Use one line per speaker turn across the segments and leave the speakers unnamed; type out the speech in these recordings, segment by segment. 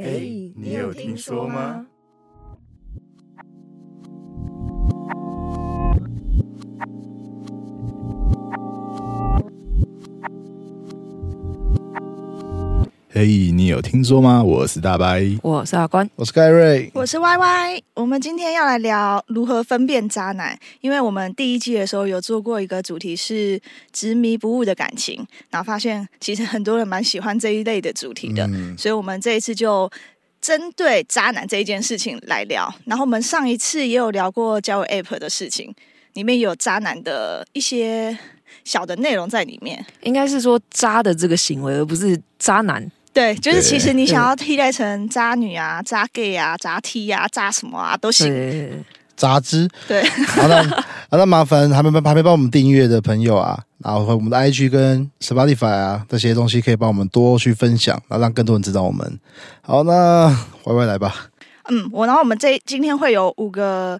哎，你有听说吗？
嘿、你有听说吗？我是大白，
我是阿关，
我是盖瑞，
我是 Y Y，我们今天要来聊如何分辨渣男，因为我们第一季的时候有做过一个主题是执迷不悟的感情，然后发现其实很多人蛮喜欢这一类的主题的，
嗯，
所以我们这一次就针对渣男这一件事情来聊。然后我们上一次也有聊过交友 App 的事情，里面有渣男的一些小的内容在里面。
应该是说渣的这个行为，而不是渣男。
对，就是其实
对
你想要替代成渣女啊、渣 gay 啊、渣 T 啊、渣什么啊都
对
行。
对对对
杂志。
对，
好那好那麻烦还没还没帮我们订阅的朋友啊，然后我们的 IG 跟 Spotify 啊这些东西可以帮我们多去分享，然后让更多人知道我们。好，那 Y Y 来吧，
嗯，我然后我们这今天会有五个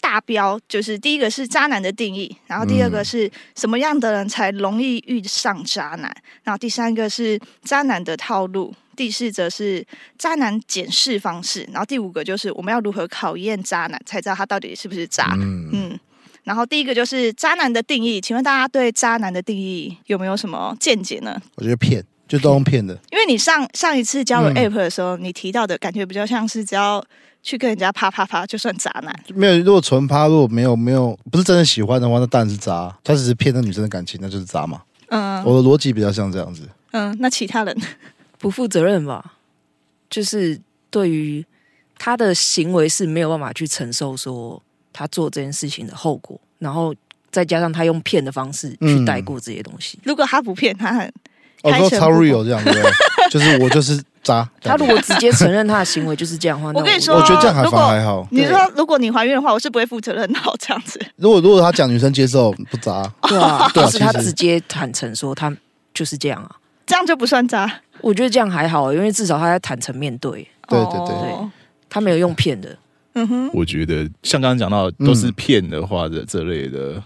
大标，就是第一个是渣男的定义，然后第二个是什么样的人才容易遇上渣男，然后第三个是渣男的套路，第四则是渣男检视方式，然后第五个就是我们要如何考验渣男，才知道他到底是不是渣。
嗯，
嗯，然后第一个就是渣男的定义，请问大家对渣男的定义有没有什么见解呢？
我觉得骗就都用骗的，
因为你上上一次交友
嗯
App 的时候，你提到的感觉比较像是只要去跟人家啪啪啪就算渣男，
就没有如果纯趴，如果没有没有不是真的喜欢的话，那当然是渣，他只是骗那女生的感情，那就是渣嘛。
嗯
我的逻辑比较像这样子，
嗯，那其他人，
不负责任吧？就是对于他的行为是没有办法去承受说他做这件事情的后果，然后再加上他用骗的方式去带过这些东西。
如果他不骗，他很
哦，
开
说
诚
超
布
real 这样 对不对？就是我就是渣，这
他
样
如果直接承认他的行为就是这样的话，那
我跟你说
我觉得这样还
如
反
果
而还好。
你说，如果你怀孕的话，我是不会负责任的哦，这样子。
如果如果他讲女生接受不渣，
对啊，
对
但
啊
是他
其实
直接坦诚说他就是这样啊。
这样就不算渣，
我觉得这样还好，因为至少他在坦诚面对，
对对对
哦
他没有用骗的。
嗯哼，
我觉得像刚刚讲到都是骗的话的这类的，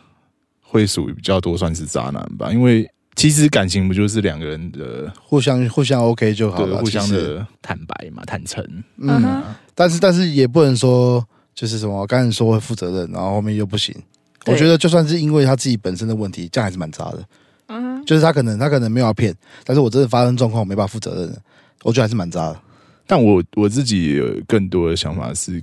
会属于比较多算是渣男吧，因为其实感情不就是两个人的
互相互相 OK 就好
对
了，
互相
其实。
的坦白嘛，坦诚，
嗯
嗯，
哼，
但是但是也不能说就是什么，刚才你说会负责任，然后后面又不行。
对
我觉得就算是因为他自己本身的问题，这样还是蛮渣的。
嗯哼，
就是他可能他可能没有要骗，但是我真的发生状况，我没办法负责任的，我觉得还是蛮渣的。
但我我自己有更多的想法是，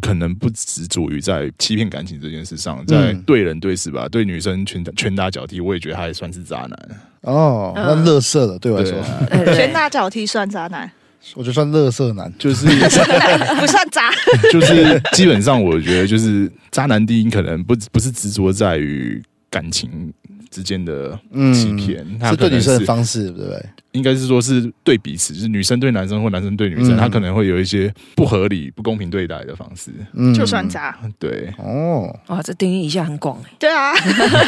可能不执着于在欺骗感情这件事上，在
嗯
对人对事吧，对女生拳打拳打脚踢，我也觉得他还算是渣男。
哦，
嗯
那乐色了，对我来
对
说，
啊，
哎对
拳打脚踢算渣男，
我觉得算乐色男。
就是
不算渣。
就是基本上，我觉得就是渣男第一可能不不是执着在于感情之间的
嗯
欺骗，他
是
可
对
能
女
是
生的方式，对不对？
应该是说是对彼此，就是女生对男生或男生对女生，
嗯
他可能会有一些不合理、不公平对待的方式。
嗯，
就算渣。
对，
哦，
哇，这定义一下很广哎、
对 啊，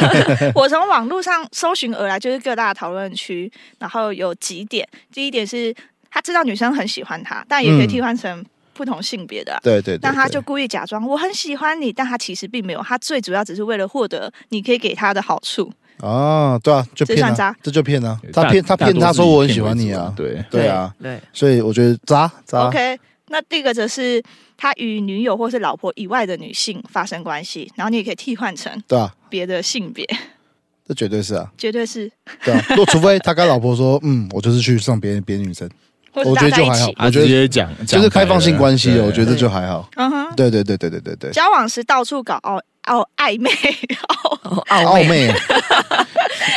我从网络上搜寻而来，就是各大讨论区，然后有几点，第一点是他知道女生很喜欢他，但也可以替换成不同性别的啊、
对对对，
但他
对
就故意假装我很喜欢你，但他其实并没有，他最主要只是为了获得你可以给他的好处。
哦，对啊，就
这
骗
算
啊
渣，
这就骗啊，
大
他骗他
大多
骗他
是以
说我很
骗
喜欢
为
你
主
啊，
对，
对啊，
对，
所以我觉得渣渣
OK，那第一个则是他与女友或是老婆以外的女性发生关系，然后你也可以替换成
对啊，
别的性别，
这绝对是啊，
绝对是，
对啊，如果除非他跟老婆说，嗯，我就是去上别人别的女生，
或是
我觉
搭
得
在一
就还好
起。
他
我觉得
直接讲
就是开放性关系，
哦，
哦，我觉
得
得这就还好。
嗯哼，
对对对对对对对，
交往时到处搞哦哦暧昧， 哦
哦，傲
傲
昧，
妹，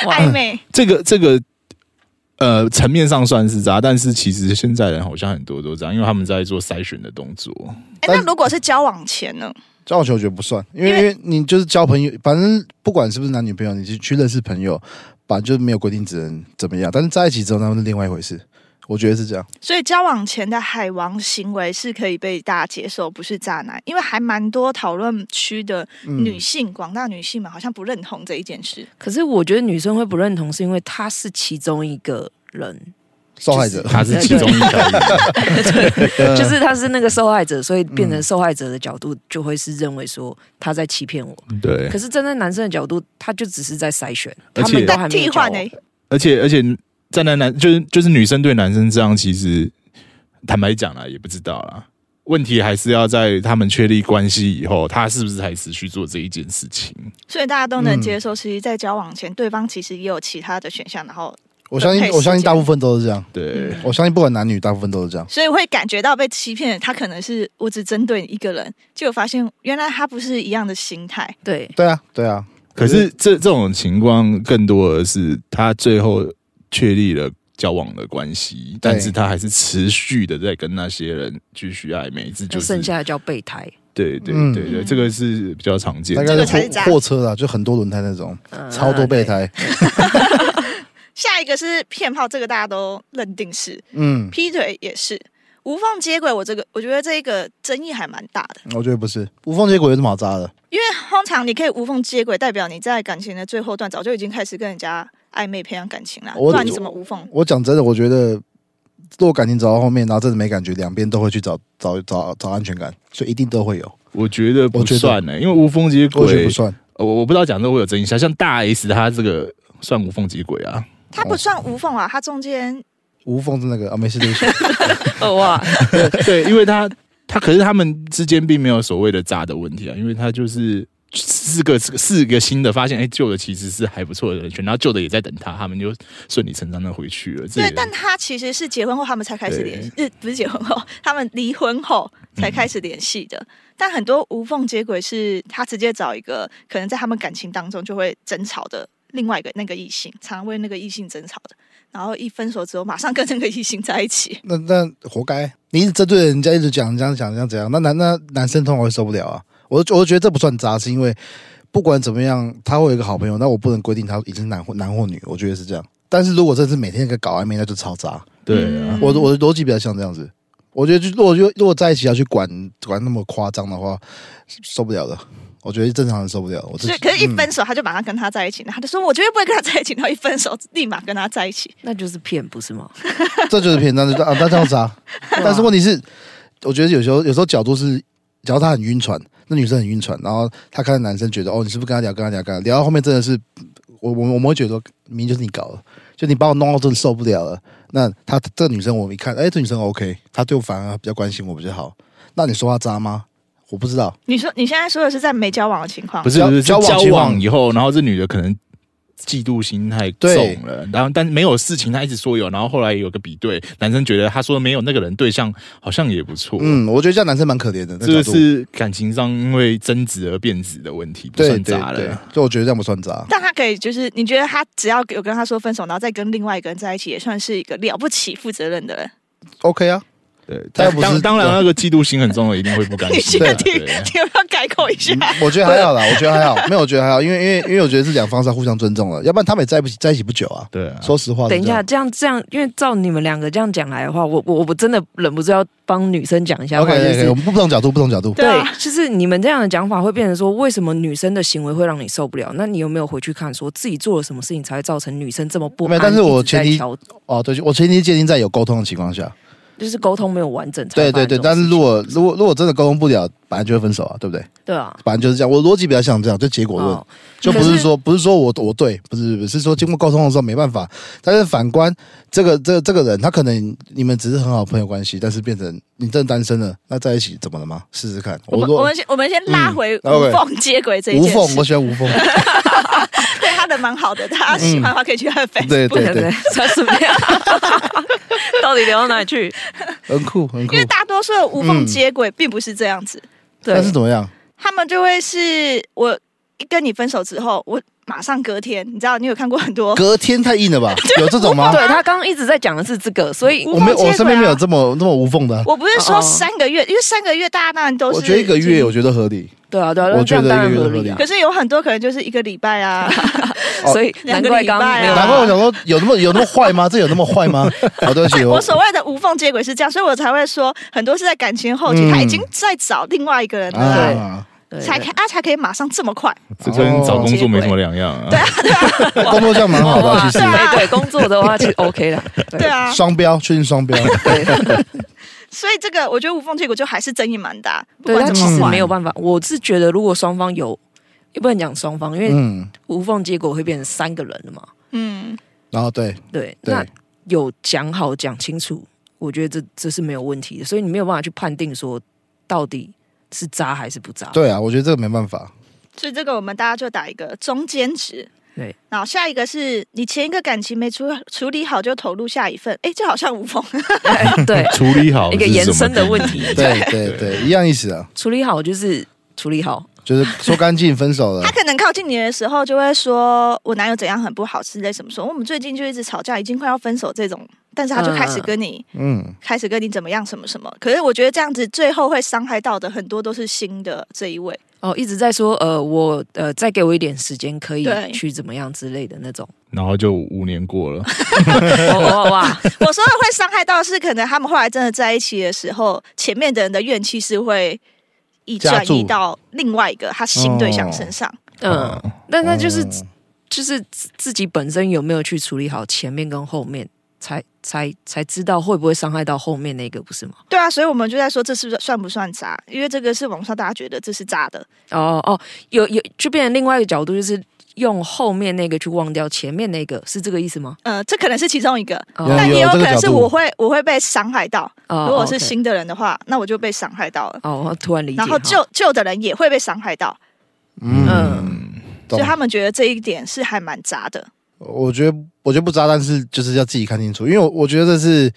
暧昧，
这个这个呃层面上算是渣，但是其实现在人好像很多都这样，因为他们在做筛选的动 作。
哎，
但
那如果是交往前呢？
交往前我觉得不算，因为
因
因
为
为你就是交朋友，反正不管是不是男女朋友，你去去认识朋友，反正就是没有规定只能怎么样，但是在一起之后那是另外一回事。我觉得是这样，
所以交往前的海王行为是可以被大家接受，不是渣男，因为还蛮多讨论区的
嗯
嗯
女性，广大女性们好像不认同这一件事。
可是我觉得女生会不认同，是因为她是其中一个人，
受害者，
他是其中一条鱼，
就是她是那个受害者，所以变成受害者的角度就会是认为说她在欺骗我。
对
可，是站在男生的角度，他就只是在筛选，
而
他
且
们都还
但
没
替
有交
换欸
往
呢、
而且而且站在男就是就是女生对男生这样，其实坦白讲啊啦，也不知道啦。问题还是要在他们确立关系以后，他是不是还持续做这一件事情？
所以大家都
嗯
能接受。其实，在交往前，对方其实也有其他的选项，然后
我相信
分配时间
我相信大部分都是这样，
对，
我相信不管男女，大部分都是这样。
所以会感觉到被欺骗。他可能是我只针对一个人，结果发现原来他不是一样的心态。
对，
对啊，对啊，
可是这这种情况更多的是他最后确立了交往的关系，但是他还是持续的在跟那些人继续暧昧，这就
那
是
剩下的叫备胎。
对对
嗯
对对，这个是比较常见
大
的。
概
这个啊才是
是
渣
货货车啦，就很多轮胎那种，
嗯
超多备。胎。
下一个是骗炮，这个大家都认定是
嗯，
劈腿也是无缝接轨。我这个我觉得这个争议还蛮大的，
我觉得不是无缝接轨有什么好渣的？
因为通常你可以无缝接轨，代表你在感情的最后段早就已经开始跟人家暧昧培养感情了，
我
不然你怎么无缝？
我讲真的，我觉得如果感情走到后面，然后真的没感觉，两边都会去找找找找安全感，所以一定都会有。
我觉得不
我觉得
算欸呢、因为无缝接
我觉得
轨
不，算，
呃我我不知道讲这个会有争议。像像大 S 她这个算无缝接轨啊，
它不算无缝啊，它中间
无缝是那个啊，没事，对不起。
哦 哇，
对，因为他他可是他们之间并没有所谓的渣的问题啊，因为他就是四个四个新的发现，哎、旧的其实是还不错的人选，然后旧的也在等他，他们就顺理成章的回去了。这也
对，但他其实是结婚后他们才开始
对
联系，呃，不是结婚后，他们离婚后才开始联系的。
嗯
但很多无缝接轨是他直接找一个可能在他们感情当中就会争吵的另外一个那个异性，常常为那个异性争吵的，然后一分手之后马上跟那个异性在 一起。
那那活该！你一直针对人家，一直讲人家讲人家怎样，那男那男生通常会受不了啊。我就我就觉得这不算渣，是因为不管怎么样，他会有一个好朋友，那我不能规定他已经男或男或女，我觉得是这样。但是如果真是每天跟搞暧昧，那就超渣。
对
嗯
啊，
我的我的逻辑比较像这样子，我觉得就如果就如果在一起要去管管那么夸张的话，受不了的。我觉得正常人受不了。我自
所
己
以，可是，一
嗯
分手他就马上跟他在一起，然后他就说：“我绝对不会跟他在一起。”然后一分手立马跟他在一起。
那就是骗，不是吗？
这就是偏，但是啊，那这样 子啊。 但是问题是，我觉得有时候有时候角度是，假如他很晕船，那女生很晕船，然后他看到男生觉得哦，你是不是跟他聊，跟他聊，跟他聊聊到后面真的是，我我我们会觉得说明明就是你搞的，就你把我弄到真的受不了了。那他这个女生我一看，哎，这女生 OK，她对我反而比较关心我比较好。那你说她渣吗？我不知道，
你说你现在说的是在没交往的情况
不，是
交
不是
交
是
往
交
交
往
往
以后，然后这女的可能。嫉妒心太
对
重了，然后但没有事情，她一直说有，然后后来有个比对，男生觉得她说没有那个人对象好像也不错，啊
嗯，我觉得这样男生蛮可怜的。那
这个
角度
是感情上因为争执而变质的问题，不
对
算
对
渣
对
了。，
所以我觉得这样不算渣。
但他可以就是你觉得他只要有跟他说分手，然后再跟另外一个人在一起，也算是一个了不起、负责任的人。
OK 啊，
对，
但
但
不是
当当然那个嫉妒心很重的，一定会不甘
你
心
确
啊。
定？
对
你要不要改口一
嗯
下？
我觉得还好啦，我觉得还好，没有，我觉得还好，因为因为因为我觉得是两方是要互相尊重了，要不然他们也在不起在一起不久啊。
对啊，
说实话，
等一下，，这样这样，因为照你们两个这样讲来的话，我我我真的忍不住要帮女生讲一下话
OK
就
OK，
是
我们不同角度，不同角度。
对啊
对，就是你们这样的讲法会变成说，为什么女生的行为会让你受不了？那你有没有回去看，说自己做了什么事情才会造成女生这么不
没
安？
有但是我
一直在
前提
调
哦，对，我前提界定在有沟通的情况下。
就是沟通没有完整才
对
会
对
发生这种事情。
对，但是如果如果如果真的沟通不了，本来就会分手啊，对不对？
对啊，
本来就是这样，我逻辑比较像这样，就结果论，
哦
就不
可
是
是
说不是说我我对，不是不是是说经过沟通的时候没办法，但是反观这个这这个人，他可能你们只是很好朋友关系，但是变成你真的单身了，那在一起怎么了吗？试试看。
我
我
们
说
我们先我们先拉回
嗯，OK
无缝接轨这一
无
件事。
缝，我喜欢无缝。
对他的蛮好的，大家喜欢的话可以去他的 Facebook。
嗯对 对对，，
才什么样？到底聊到哪里去？
很酷很酷
因为。大多数的无缝接轨并不是这样
嗯
子，
对
但是怎么样？
他们就会是我一跟你分手之后，我马上隔天，你知道你有看过很多
隔天太硬 了吧？有这种吗？
对他刚刚一直在讲的是这个，所以
无
啊我没
缝
有，
接轨啊
我身边没有这么这么无缝的啊。
我不是说
哦
三个月，因为三个月大家当然都是
我觉得一个月我觉得合理，
对啊对啊，
我
那这样
觉得
当然
有
合
合
理
理
啊
可。是有很多可能就是一个礼拜啊，
哦
所以
两
难
个
怪
礼
刚刚
拜
没有
啊
难怪我想说有那么有那么坏吗？这有那么坏 吗？好，对不起，
我所谓的无缝接轨是这样，所以我才会说很多是在感情后期，
嗯
他已经在找另外一个人了啦，
啊，
对
才
对
可他才可以马上这么快。
这跟找工作没什么两样啊。
工作这样蛮好的啊，其实
对啊
哦对对，工作的话其实 OK 的，
对啊，
双标，确 定双标。
所以这个我觉得无缝接轨就还是争议蛮大，不
对，他
管怎
其
么
实
换
没有办法。我是觉得，如果双方有，也不能讲双方，因为
嗯，
无缝接轨会变成三个人了嘛。
嗯，
然后对
对，
对
那有讲好讲清楚，我觉得这这是没有问题的。所以你没有办法去判定说到底是渣还是不渣。
对啊，我觉得这个没办法。
所以这个我们大家就打一个中间值。
对，
然后下一个是你前一个感情没处处理好就投入下一份，哎，这好像无缝。
哎 对，
处理好
一个
是
延
什么
伸的
定义
问题。
对对对，一样意思啊，
处理好就是处理好，
就是说干净分手了
他。可能靠近你的时候就会说我男友怎样很不好之类什么说，我们最近就一直吵架，已经快要分手这种，但是他就开始跟你、
嗯，
开始跟你怎么样什么什么。可是我觉得这样子最后会伤害到的很多都是新的这一位。
哦，一直在说呃，我呃，再给我一点时间，可以
对
去怎么样之类的那 种。哦
然后就五年过了，
哇哇哇！
我说的会伤害到是可能他们后来真的在一起的时候，前面的人的怨气是会移转
加注
移到另外一个他新对象身上。
嗯，
哦
但那就是、
哦
就是自自己本身有没有去处理好前面跟后面，才才才知道会不会伤害到后面那个，不是吗？
对啊，所以我们就在说这是不是算不算渣？因为这个是网上大家觉得这是渣的，
哦哦，有有，就变成另外一个角度，就是用后面那个去忘掉前面那个，是这个意思吗？
呃， 这可能是其中一个，
哦
但
有
也可
这个角
能是
度
我会我会被伤害到。
哦
如果是
OK
新的人的话，那我就被伤害到了。
哦，我突然理解。
然后
好
旧旧的人也会被伤害到，
嗯，
所
懂
以。他们觉得这一点是还蛮渣的。
我觉得我觉得不渣，但是就是要自己看清楚，因为我我觉得这是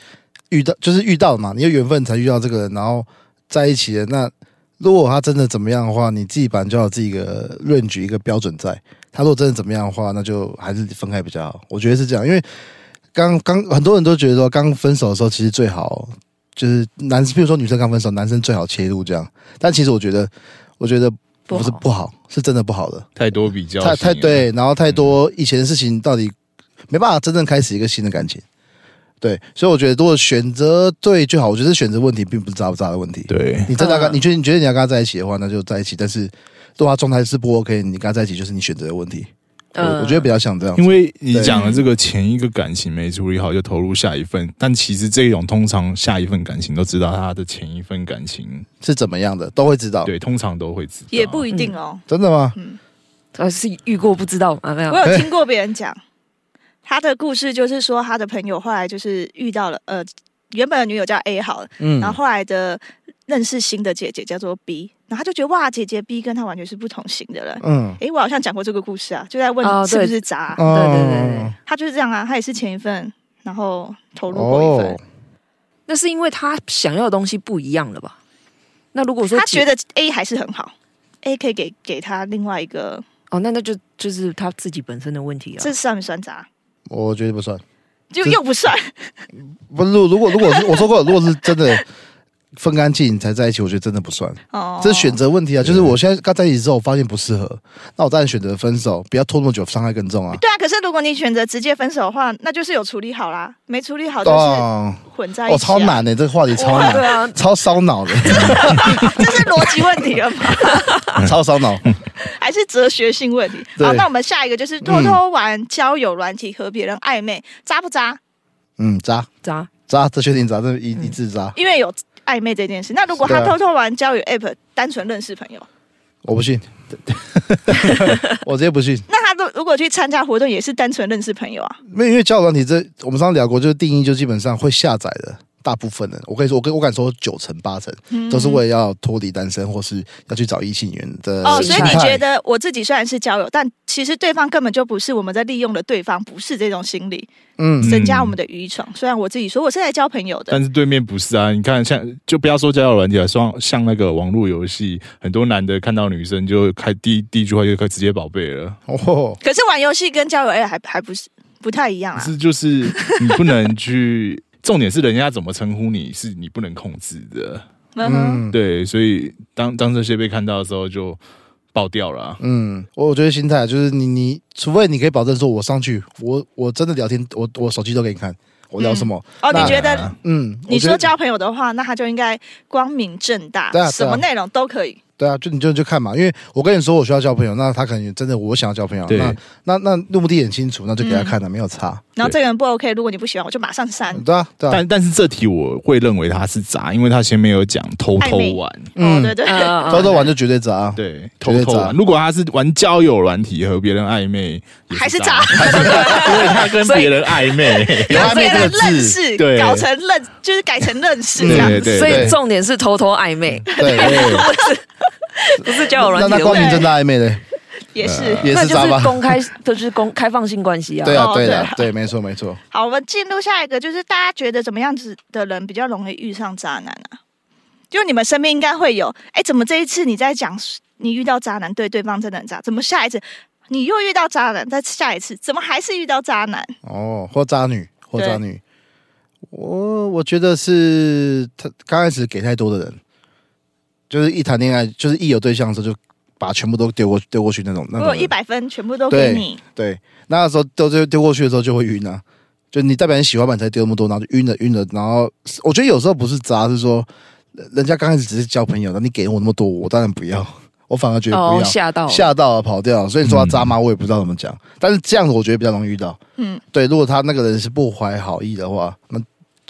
遇到就是遇到嘛，你有缘分才遇到这个人，然后在一起的那。如果他真的怎么样的话，你自己本来就要有自己一个论据一个标准在。他如果真的怎么样的话，那就还是分开比较好。我觉得是这样，因为刚刚很多人都觉得说，刚分手的时候其实最好就是男，比如说女生刚分手，男生最好切入这样。但其实我觉得，我觉得
不
不是
好
不好，是真的不好的。
太多比较性
太
了，嗯
太对，然后太多以前的事情，到底没办法真正开始一个新的感情。对，所以我觉得，如果选择对就好。我觉得是选择问题，并不是渣不渣的问题。
对，
你真的要跟、
嗯
你觉得你觉得你要跟他在一起的话，那就在一起。但是，如果他状态是不 OK，你跟他在一起就是你选择的问题。
嗯
我我觉得比较像这样子。
因为你讲的这个前一个感情没处理好就投入下一份，但其实这种通常下一份感情都知道他的前一份感情，
是怎么样的都会知道。
对，通常都会知道，
也不一定哦。
真的吗？
呃是遇过不知道啊，没有
我有听过别人讲，他的故事就是说，他的朋友后来就是遇到了呃，原本的女友叫 A 好了，
嗯
然后后来的认识新的姐姐叫做 B，然后他就觉得哇，姐姐 B 跟他完全是不同型的人。
嗯，
诶，我好像讲过这个故事啊，就在问
哦
是不
对
是渣啊、
哦
对对对对
他就是这样啊，他也是前一份，然后投入过一份。
哦
那是因为他想要的东西不一样了吧？那如果说
他
姐
觉得 A 还是很好，A 可以给给他另外一个，
哦，那那就就是他自己本身的问题啊。
这算不算渣？
我觉得不算。
就
这
又不算，
不，如如果如果是我说过，如果是真的分干净才在一起，我觉得真的不算。
哦，
这是选择问题啊，就是我现在刚在一起之后，我发现不适合，那我当然选择分手，不要拖那么久，伤害更重啊。
对啊，可是如果你选择直接分手的话，那就是有处理好啦，没处理好啊就是
哦，
混在
哦，
一起、啊
超，难的、这个话题超
对
难，
啊，
超烧脑的，
这是逻辑问题了吗？
超烧脑。
还是哲学性问题？
对
好，那我们下一个就是偷偷玩交友软体和别人暧昧，渣不渣？
嗯，渣
渣
渣，这确定渣，这一
嗯
一致渣，
因为有暧昧这件事。那如果
对
他
啊
偷偷玩交友 app，单纯认识朋友，
我不信， 我直接不信。
那他都如果去参加活动，也是单纯认识朋友啊？
没有，因为交友软体这我们上次聊过，就是定义就基本上会下载的。大部分人，我跟你说，我跟我敢说九成八成
嗯
都是为了要脱离单身，或是要去找异性缘的
哦，
呃心
所
态。
以你觉得我自己虽然是交友，但其实对方根本就不是，我们在利用了对方，不是这种心理，
嗯，
增加我们的愚蠢。虽然我自己说我是来交朋友的
但，是对面不是啊，你看像就不要说交友软体了，像像那个网络游戏，很多男的看到女生就开第第一句话就开直接宝贝了，
哦，
可是玩游戏跟交友 app 还还不是不太一样
可
啊。
是就是你不能去，重点是人家怎么称呼你是你不能控制的，
嗯哼，
对，所以当当这些被看到的时候就爆掉了啊、
嗯，我我觉得心态就是你你，除非你可以保证说，我上去，我我真的聊天，我我手机都给你看，我聊什么？
哦，
那
你觉得
嗯，我
你
觉
说
得
交朋友的话，那他就应该光明正大
对啊对啊，
什么内容都可以。
对啊，就你就就看嘛，因为我跟你说我需要交朋友，那他可能真的我想要交朋友，
对
那那那目的很清楚，那就给他看了，没有差，
然后这个人不 OK，如果你不喜欢，我就马上删。
对啊对啊，
但但是这题我会认为他是渣，因为他前面有讲偷偷玩，
哦，对
嗯，
对，
啊
偷偷玩就绝啊对渣，
对，
绝
偷
对
偷
渣
玩。如果他是玩交友软体和别人暧昧，也
还是
渣
渣，
因为他跟别人暧昧。
有暧
别
昧这
人
个
认
字，
识
对
搞成认，就是改成认识这
对
样。
对对，
所以
对
重点是偷偷暧昧，
对， 对
不是交友
那
软
那
体的
光
问
明
题，
正大暧昧嘞，
也是。
也
那
是
就
渣吧
是？公开， 就是公开放性关系啊。
对啊
哦
对
对
啊
啊
对，没错没错，
好，我们进入下一个，就是大家觉得怎么样子的人比较容易遇上渣男啊？就你们身边应该会有，哎，怎么这一次你在讲你遇到渣男，对对方真的很渣，怎么下一次你又遇到渣男，再下一次怎么还是遇到渣男？
哦，或渣女或
对
渣女，我我觉得是他刚开始给太多的人，就是一谈恋爱就是一有对象的时候就把全部都丢过丢过去那种，那
我
种
有
人
一百分，全部都给你，
对，那时候丢丢丢过去的时候就会晕啊，就你代表你喜欢版才丢那么多，然后就晕了晕了，然后我觉得有时候不是渣，是说呃人家刚开始只是交朋友，那你给我那么多，我当然不要，我反而觉得不
哦，
要。
吓到了，
吓到了，跑掉了。所以你说他渣吗？我也不知道怎么讲。但是这样子，我觉得比较容易遇到。
嗯
对，如果他那个人是不怀好意的话，那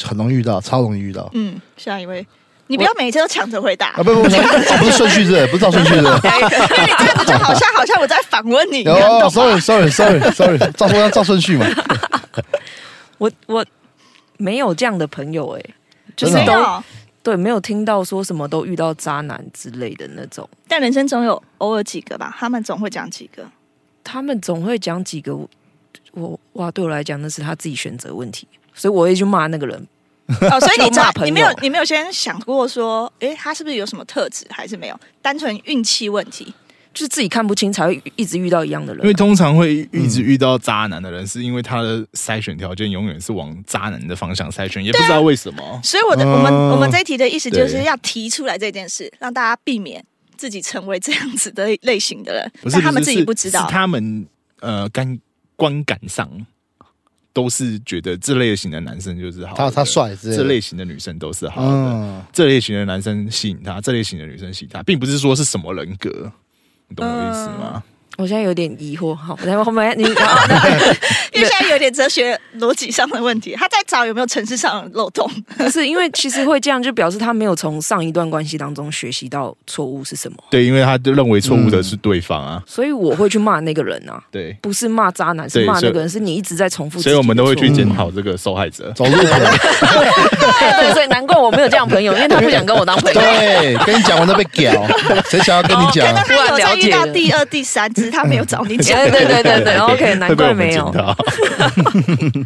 很容易遇到，超容易遇 到。
嗯，下一位，你不要每次都抢着回答
啊，，不不不，不是顺序是，不是照顺序 的。
因为 你这样子就好像好像我在访问你一样，
哦
懂吗？
，sorry sorry sorry sorry，照顺照顺序嘛。
我我没有这样的朋友哎、就是
真
没
的
都
有，
对没有听到说什么都遇到渣男之类的那种，
但人生总有偶尔几个吧，他们总会讲几个。
他们总会讲几个我我哇，对我来讲那是他自己选择问题，所以我会去骂那个人。
哦，所以你知
就
道
骂朋友
你没有你没有先想过说，诶，他是不是有什么特质，还是没有？单纯运气问题。
就是自己看不清，才会一直遇到一样的人啊。
因为通常会一直遇到渣男的人，是因为他的筛选条件永远是往渣男的方向筛选，也不知道为什么。
所以我的、
嗯
我们我们这一题的意思就是
对
要提出来这件事，让大家避免自己成为这样子的类型的人，
不是
但他们
不
自
是
己不知
是
道
是。他们呃感观感上都是觉得这类型的男生就是好的，
他他帅之类的
这类型的女生都是好的，
嗯，
这类型的男生吸引他，这类型的女生吸引他，并不是说是什么人格，你懂我的意思吗？
我现在有点疑惑，好， 然后后面你好
因为现在有点哲学逻辑上的问题，他在找有没有城市上的漏洞。
不是因为其实会这样，就表示他没有从上一段关系当中学习到错误是什么，
对，因为他就认为错误的是对方啊，
所以我会去骂那个人 啊，
对，
不是骂渣男，是
对
骂
所
那
以
个人，是你一直在重复自己
所
的错误，
以我们都会去
解
检讨这个受害者。
走路的。
对对，所以难怪我没有这样朋友，因为他不想跟我当 朋友。
对，跟你讲完都被 屌，谁想要跟你
啊
可
讲
能？他有在遇
突然了解
到
了
第二、第三只，他没有找 你讲。
对对对对 对，OK，难
会被我
怪
们
没
检
有。
讨。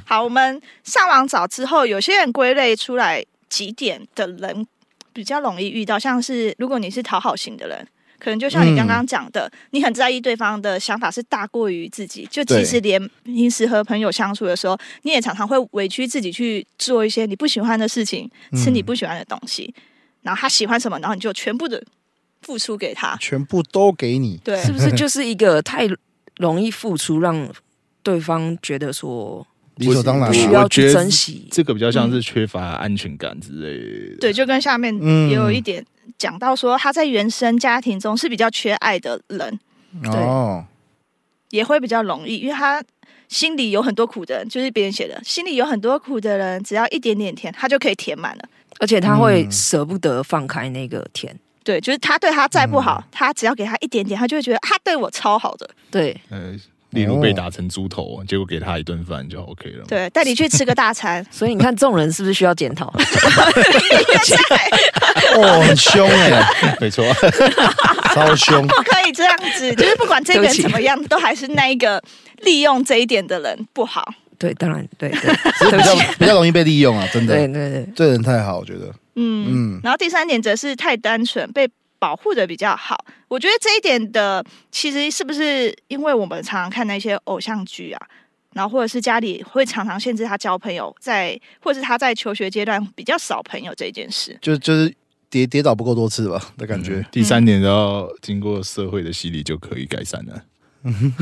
好，我们上网找之后，有些人归类出来几点的人比较容易遇到，像是如果你是讨好型的人，可能就像你刚刚讲的，你很在意对方的想法是大过于自己，就
对
即使连平时和朋友相处的时候，你也常常会委屈自己去做一些你不喜欢的事情，吃你不喜欢的东西，然后他喜欢什么，然后你就全部的付出给他。
全部都给你，
对，
是不是就是一个太容易付出，让对方觉得说
理所当然
不
啊。
需
嗯我
要
觉
去
得
珍惜？
这个比较像是缺乏安全感之类的。
对，就跟下面
嗯
也有一点讲到说，他在原生家庭中是比较缺爱的人，
哦，
也会比较容易，因为他心里有很多苦的人，就是别人写的，心里有很多苦的人，只要一点点甜，他就可以填满了。
而且他
嗯
会舍不得放开那个甜，
对，就是他对他再不好，嗯他只要给他一点点，他就会觉得他对我超好的。
对，，
呃，例如被打成猪头，结果给他一顿饭就 OK 了。，
对，带你去吃个大餐
所以你看这种人是不是需要检讨？
哦，很凶哎，
没错。
超凶。
不哦可以这样子，就是不管这个人怎么样，都还是那一个利用这一点的人不好。
对，当然对对
只是
对
比
不
较
起，
比较容易被利用啊，真
对对
的。
对，
对人太好，我觉得。
嗯，然后第三点则是太单纯，被保护的比较好。我觉得这一点的，其实是不是因为我们常常看那些偶像剧啊，然后或者是家里会常常限制他交朋友，在或者是他在求学阶段比较少朋友这件事。
就就是跌跌倒不够多次吧的感觉。
第三点要经过社会的洗礼就可以改善了。嗯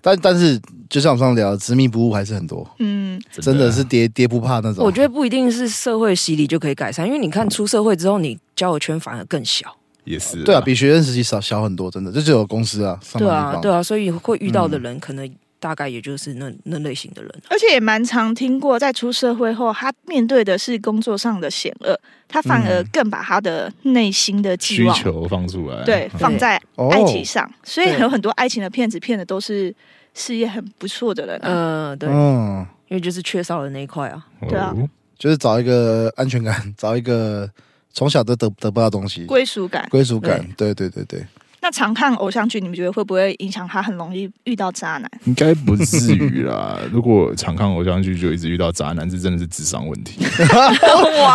但但是就像我们上次聊的，执迷不悟还是很多，
嗯，
啊
真的是跌跌不怕那种。
我觉得不一定是社会洗礼就可以改善，因为你看出社会之后，你交友圈反而更小，
也是
对啊，比学生时期少小很多，真的，这就有公司啊，上
对
班的地
啊
方，嗯
对啊，所以会遇到的人，可能大概也就是那那类型的人啊。
而且也蛮常听过，在出社会后，他面对的是工作上的险恶，他反而更把他的内心的寄
需
望。
求放出来，
对，
嗯
放在
哦
爱情上，所以
对
有很多爱情的骗子骗的都是事业很不错的人、啊。
呃，对，
嗯，
因为就是缺少了那一块啊。
对啊
哦
就是找一个安全感，找一个从小都得得不到的东西，
归属感。
归属感，对对对对，
那常看偶像剧，你们觉得会不会影响他很容易遇到渣男？
应该不至于啦。 如果常看偶像剧，就一直遇到渣男，这真的是智商问 题。
哇，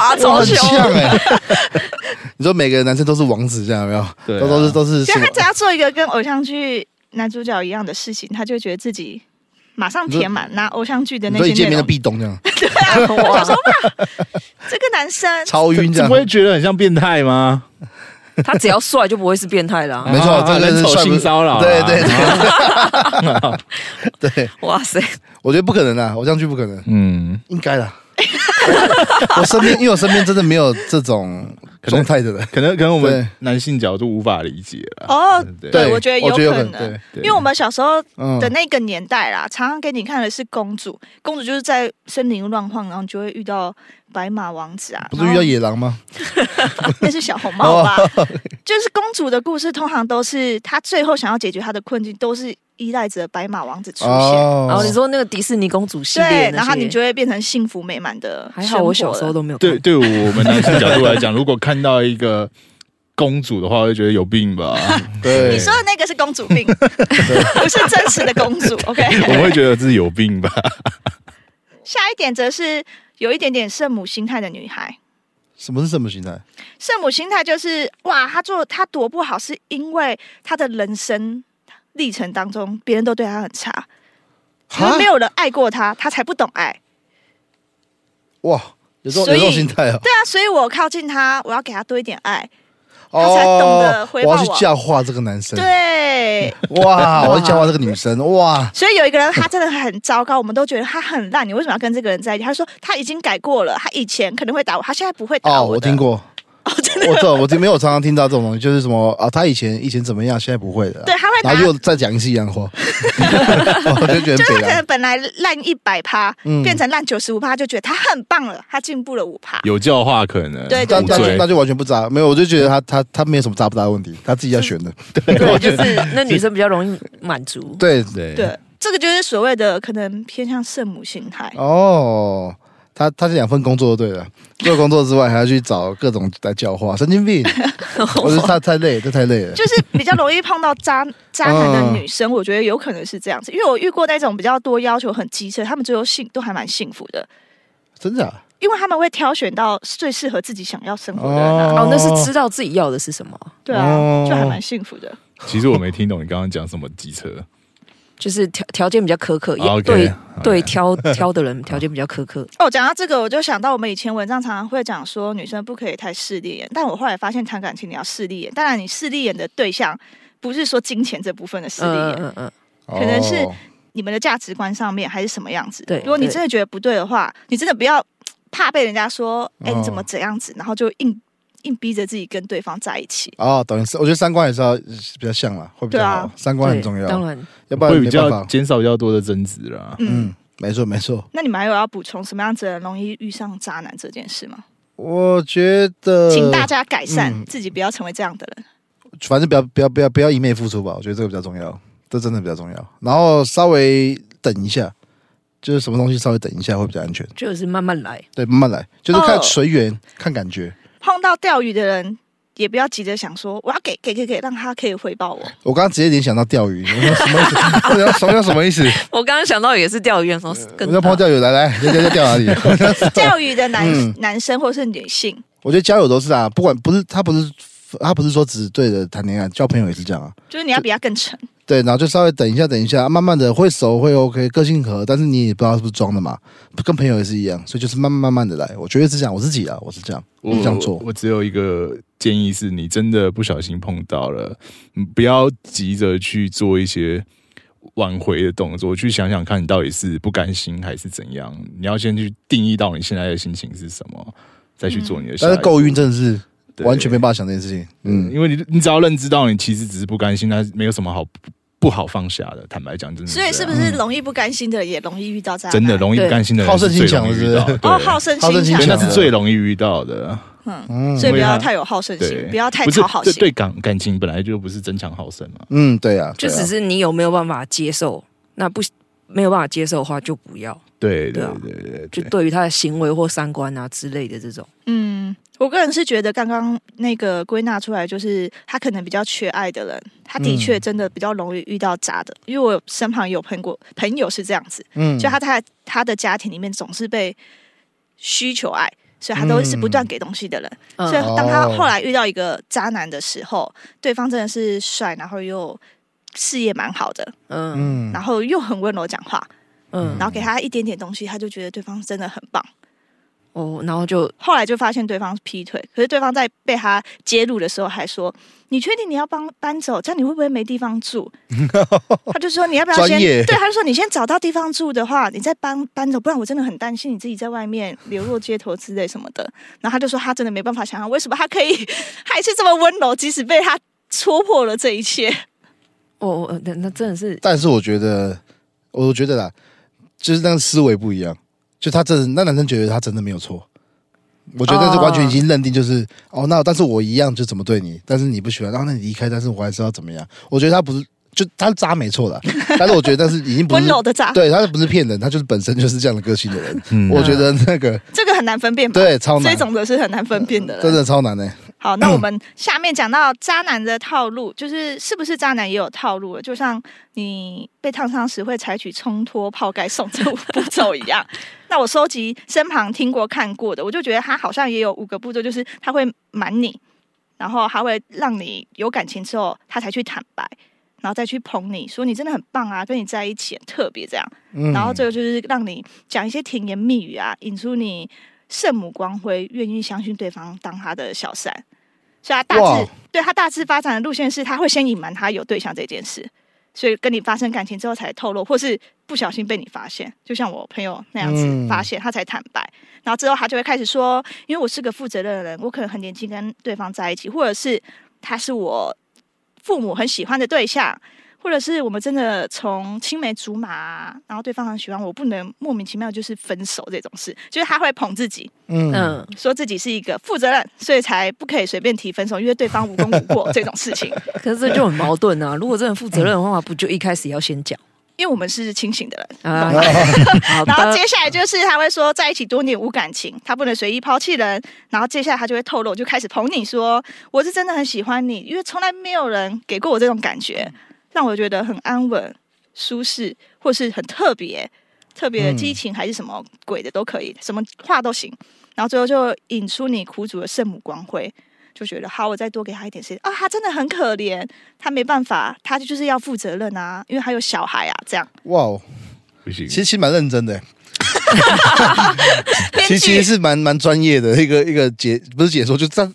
哇
超
很
凶！
像哎、 你说每个男生都是王子，这样有没有？
对啊
都都是都是
其
什
实
么
他只要做一个跟偶像剧男主角一样的事情，他就会觉得自己马上填满拿偶像剧的
你
那
说一
些
见
内
面就
容。
壁咚这样，
哇，
这个男生
超晕
这
这样
不。会觉得很像变态吗？
他只要帅就不会是变态啦。
没错
啊
这个
人
是
丑
帅不
性骚扰啦，啊
对对对对，
哇塞，
我觉得不可能啊，偶像剧不可能，
嗯，
应该啦。我身边，因为我身边真的没有这种
可能
状态的人，
可能可能我
对
们男性角度无法理解了。
哦，
对
对，我觉得有
嗯我觉得有
可
可能对
能，
对
因为我们小时候
嗯
的，那个年代啦，常常给你看的是公主，公主就是在森林乱晃，然后你就会遇到白马王子啊，
不是遇到
然后
野狼吗？
那是小红帽吧？
哦
就是公主的故事，通常都是她最后想要解决她的困境，都是依赖着白马王子出现。
哦
然后你说那个迪士尼公主系列
对，
那些，
然后你就会变成幸福美满的
还好，我小时候
都
都没有看
对，，对我们男性角度来讲，如果看到一个公主的话，我就觉得有病 吧。
对
你，说的那个是公主病，不是真实的公主。OK，
我们会觉得自己有病吧？
下一点则是有一点点圣母心态的女孩。
什么是什么心态？
圣母心态就是哇，他做他多不好，是因为他的人生历程当中，别人都对他很差，因为没有人爱过他，他才不懂爱。
哇，有这种有
所以
这种心态哦，
对啊，所以我靠近他，我要给他多一点爱。他才懂得
哦，
回
我
报我
要去教化这个男生，
对，
哇，我要教化这个女生，哇，
所以有一个人他真的很糟糕，我们都觉得他很烂，你为什么要跟这个人在一起？他说他已经改过了，他以前可能会打我，他现在不会打
哦，
我
我
的。哦
听过，我这我这没有我常常听到这种东西，就是什么啊，他以前以前怎么样，现在不会的，啊
对，他会打
然后又再讲一次 一样的话，我就觉
就
得
是他可
北兰
能本来烂一百趴
嗯，
变成烂九十五趴，就觉得他很棒了，他进步了五趴。
有教化可能，
对
无
对
那那
对
就
罪
那就完全不渣，没有，我就觉得他他他没有什么渣不渣的问题，他自己要选的，
嗯
对， 就是那女生比较容易满足。
对，
对
对，这个就是所谓的可能偏向圣母心态。
哦。他他这两份工作就对了，除了工作之外还要去找各种来教化，神经 病！我觉得他太累，这太累了。
就是比较容易碰到渣渣男的
嗯
女生，我觉得有可能是这样子，因为我遇过那种比较多要求很机车，他们最后幸都还蛮幸福的，
真的啊？
因为他们会挑选到最适合自己想要生活的人啊，
哦，那哦是知道自己要的是什么，
对啊，就还蛮幸福的。
其实我没听懂你刚刚讲什么机车，啊
就是条条件比较苛刻，也
哦
OK，
对
OK
对挑挑的人条件比较苛刻。
哦，讲到这个，我就想到我们以前文章常常会讲说女生不可以太势利眼，但我后来发现谈感情你要势利眼，当然你势利眼的对象不是说金钱这部分的势利眼
嗯，嗯嗯，
可
能是你们的价值观上面还是什么样子。
对
如果你
对
真的觉得不对的话，你真的不要怕被人家说，哎、
哦
你怎么这样子，然后就硬硬逼着自己跟对方在一起。
哦，等于是我觉得三观还是要呃比较像啦，会比较
对
好
啊，
三
对
观很重要，
当然，
要不然
会比
没
较
办法。
减少比较多的争执啦。
嗯，
嗯，没错没错，
那你们还有要补充什么样子的人容易遇上渣男这件事吗？
我觉
呃
得，
请大家改善、
嗯
自己，不要成为这样的人。
反正不要不要不要不要一昧付出吧，我觉得这个比较重要，这真的比较重要。然后稍微等一下，就是什么东西稍微等一下会比较安全，
就是慢慢来。
对，慢慢来，就是看
哦
随缘、看感觉。
碰到钓鱼的人。也不要急着想说我要给给给给，让他可以回报 我。
我刚刚直接联想到钓鱼，我说什么意思？我想什么叫什么意思？
我刚刚想到也是钓鱼的时候
我
更
要抛钓鱼，来来，要要要钓哪里？
钓鱼的男、
嗯
男生或是女性，
我觉得交友都是啊，不管不是他不是他不是说只对着谈恋爱，交朋友也是这样啊。
就是你要比他更沉。
对，然后就稍微等一下，等一下，慢慢的会熟会 OK，个性合，但是你也不知道是不是装的嘛，跟朋友也是一样，所以就是慢慢慢慢的来。我觉得是这样，我自己啊，我是这样，我
我
是这样做
我。我只有一个建议是，你真的不小心碰到了，嗯不要急着去做一些挽回的动作，去想想看你到底是不甘心还是怎样。你要先去定义到你现在的心情是什么，再去做你的下
嗯但
一步。
是够晕真的是
对
完全没办法想这件事情。嗯
嗯，，因为你你只要认知到你其实只是不甘心，那没有什么好不不好放下的。坦白讲，真的是这
所
样。
以是不是容易不甘心的也容易遇到渣男？
嗯真的容易不甘心的人
好胜心
是最容易
强
遇
的
到
是
的？对
哦，好胜
好胜
心
心
对
强，
那是最容易遇到的。
嗯，所以不要太有好胜
对
心，，不要太
不是
讨好
对
心。
对感感情本来就不是争强好胜嘛。
嗯，对啊，
就
对啊
只是你有没有办法接受，那不没有办法接受的话就不要，
对对
对啊
对对
就
对，
对于他的行为或三观啊之类的这种，
嗯，我个人是觉得刚刚那个归纳出来，就是他可能比较缺爱的人，他的
嗯
确真的比较容易遇到渣的，因为我身旁有朋过朋友是这样子，
嗯，
就他在他的家庭里面总是被需求爱。所以他都是不断给东西的人，
嗯
所以当他
哦
后来遇到一个渣男的时候，对方真的是帅，然后又事业蛮好的，
嗯
嗯
然后又很温柔讲话，
嗯，
然后给他一点点东西，他就觉得对方真的很棒。
哦，然后就
后来就发现对方劈腿，可是对方在被他揭露的时候还说：“你确定你要帮搬走？这样你会不会没地方住？” 他就说：“你要不要
专
先
业
对？”他就说：“你先找到地方住的话，你再搬搬走，不然我真的很担心你自己在外面流落街头之类什么的。”然后他就说：“他真的没办法想象为什么他可以还是这么温柔，即使被他戳破了这一切。
哦，哦那那真的是
但是我觉得，我觉得啦，就是那个思维不一样。就他真的，那男生觉得他真的没有错，我觉得那是完全已经认定，就是
啊
哦那但是我一样就怎么对你，但是你不喜欢，然后那你离开，但是我还是要怎么样？我觉得他不是，就他渣没错 啦，但是我觉得，但是已经”不
温
是，
柔的啊渣，
对，他不是骗人，他就是本身就是这样的个性的人。
嗯
我觉得那个
这个很难分辨吧？
对超难
这，种的是很难分辨的了。
真的超难欸呢、
好，那我们下面讲到渣男的套路，就是是不是渣男也有套路了？就像你被烫伤时会采取冲脱、泡盖、送这五步骤一样。那我收集身旁听过、看过的，我就觉得他好像也有五个步骤，就是他会瞒你，然后还会让你有感情之后，他才去坦白，然后再去捧你说你真的很棒啊，跟你在一起很特别这样。
嗯，
然后最后就是让你讲一些甜言蜜语啊，引出你圣母光辉，愿意相信对方当他的小三。所以他大
哇
致对他大致发展的路线是，他会先隐瞒他有对象这件事，所以跟你发生感情之后才透露，或是不小心被你发现，就像我朋友那样
嗯
子发现，他才坦白。然后之后他就会开始说，因为我是个负责任的人，我可能很年轻跟对方在一起，或者是他是我父母很喜欢的对象，或者是我们真的从青梅竹马、啊，然后对方很喜欢我，不能莫名其妙就是分手这种事，就是他会捧自己，
嗯
嗯
说自己是一个负责任，所以才不可以随便提分手，因为对方无功无过这种事情。
可是这就很矛盾啊！如果真的负责任的话，不就一开始要先讲
因为我们是清醒的人，
啊？好
然后
的，
接下来就是他会说在一起多年无感情，他不能随意抛弃人。然后接下来他就会透露，就开始捧你说我是真的很喜欢你，因为从来没有人给过我这种感觉，
嗯
让我觉得很安稳、舒适，或是很特别、特别
嗯
激情还是什么鬼的都可以，什么话都行。然后最后就引出你苦主的圣母光辉。就觉得好，我再多给他一点时间啊！他真的很可怜，他没办法，他就是要负责任啊，因为他有小孩啊，这样。
哇哦，
不行，
其实其实蛮认真的、
编剧
其实其实是蛮蛮专业的一个一个解，不是解说，就是他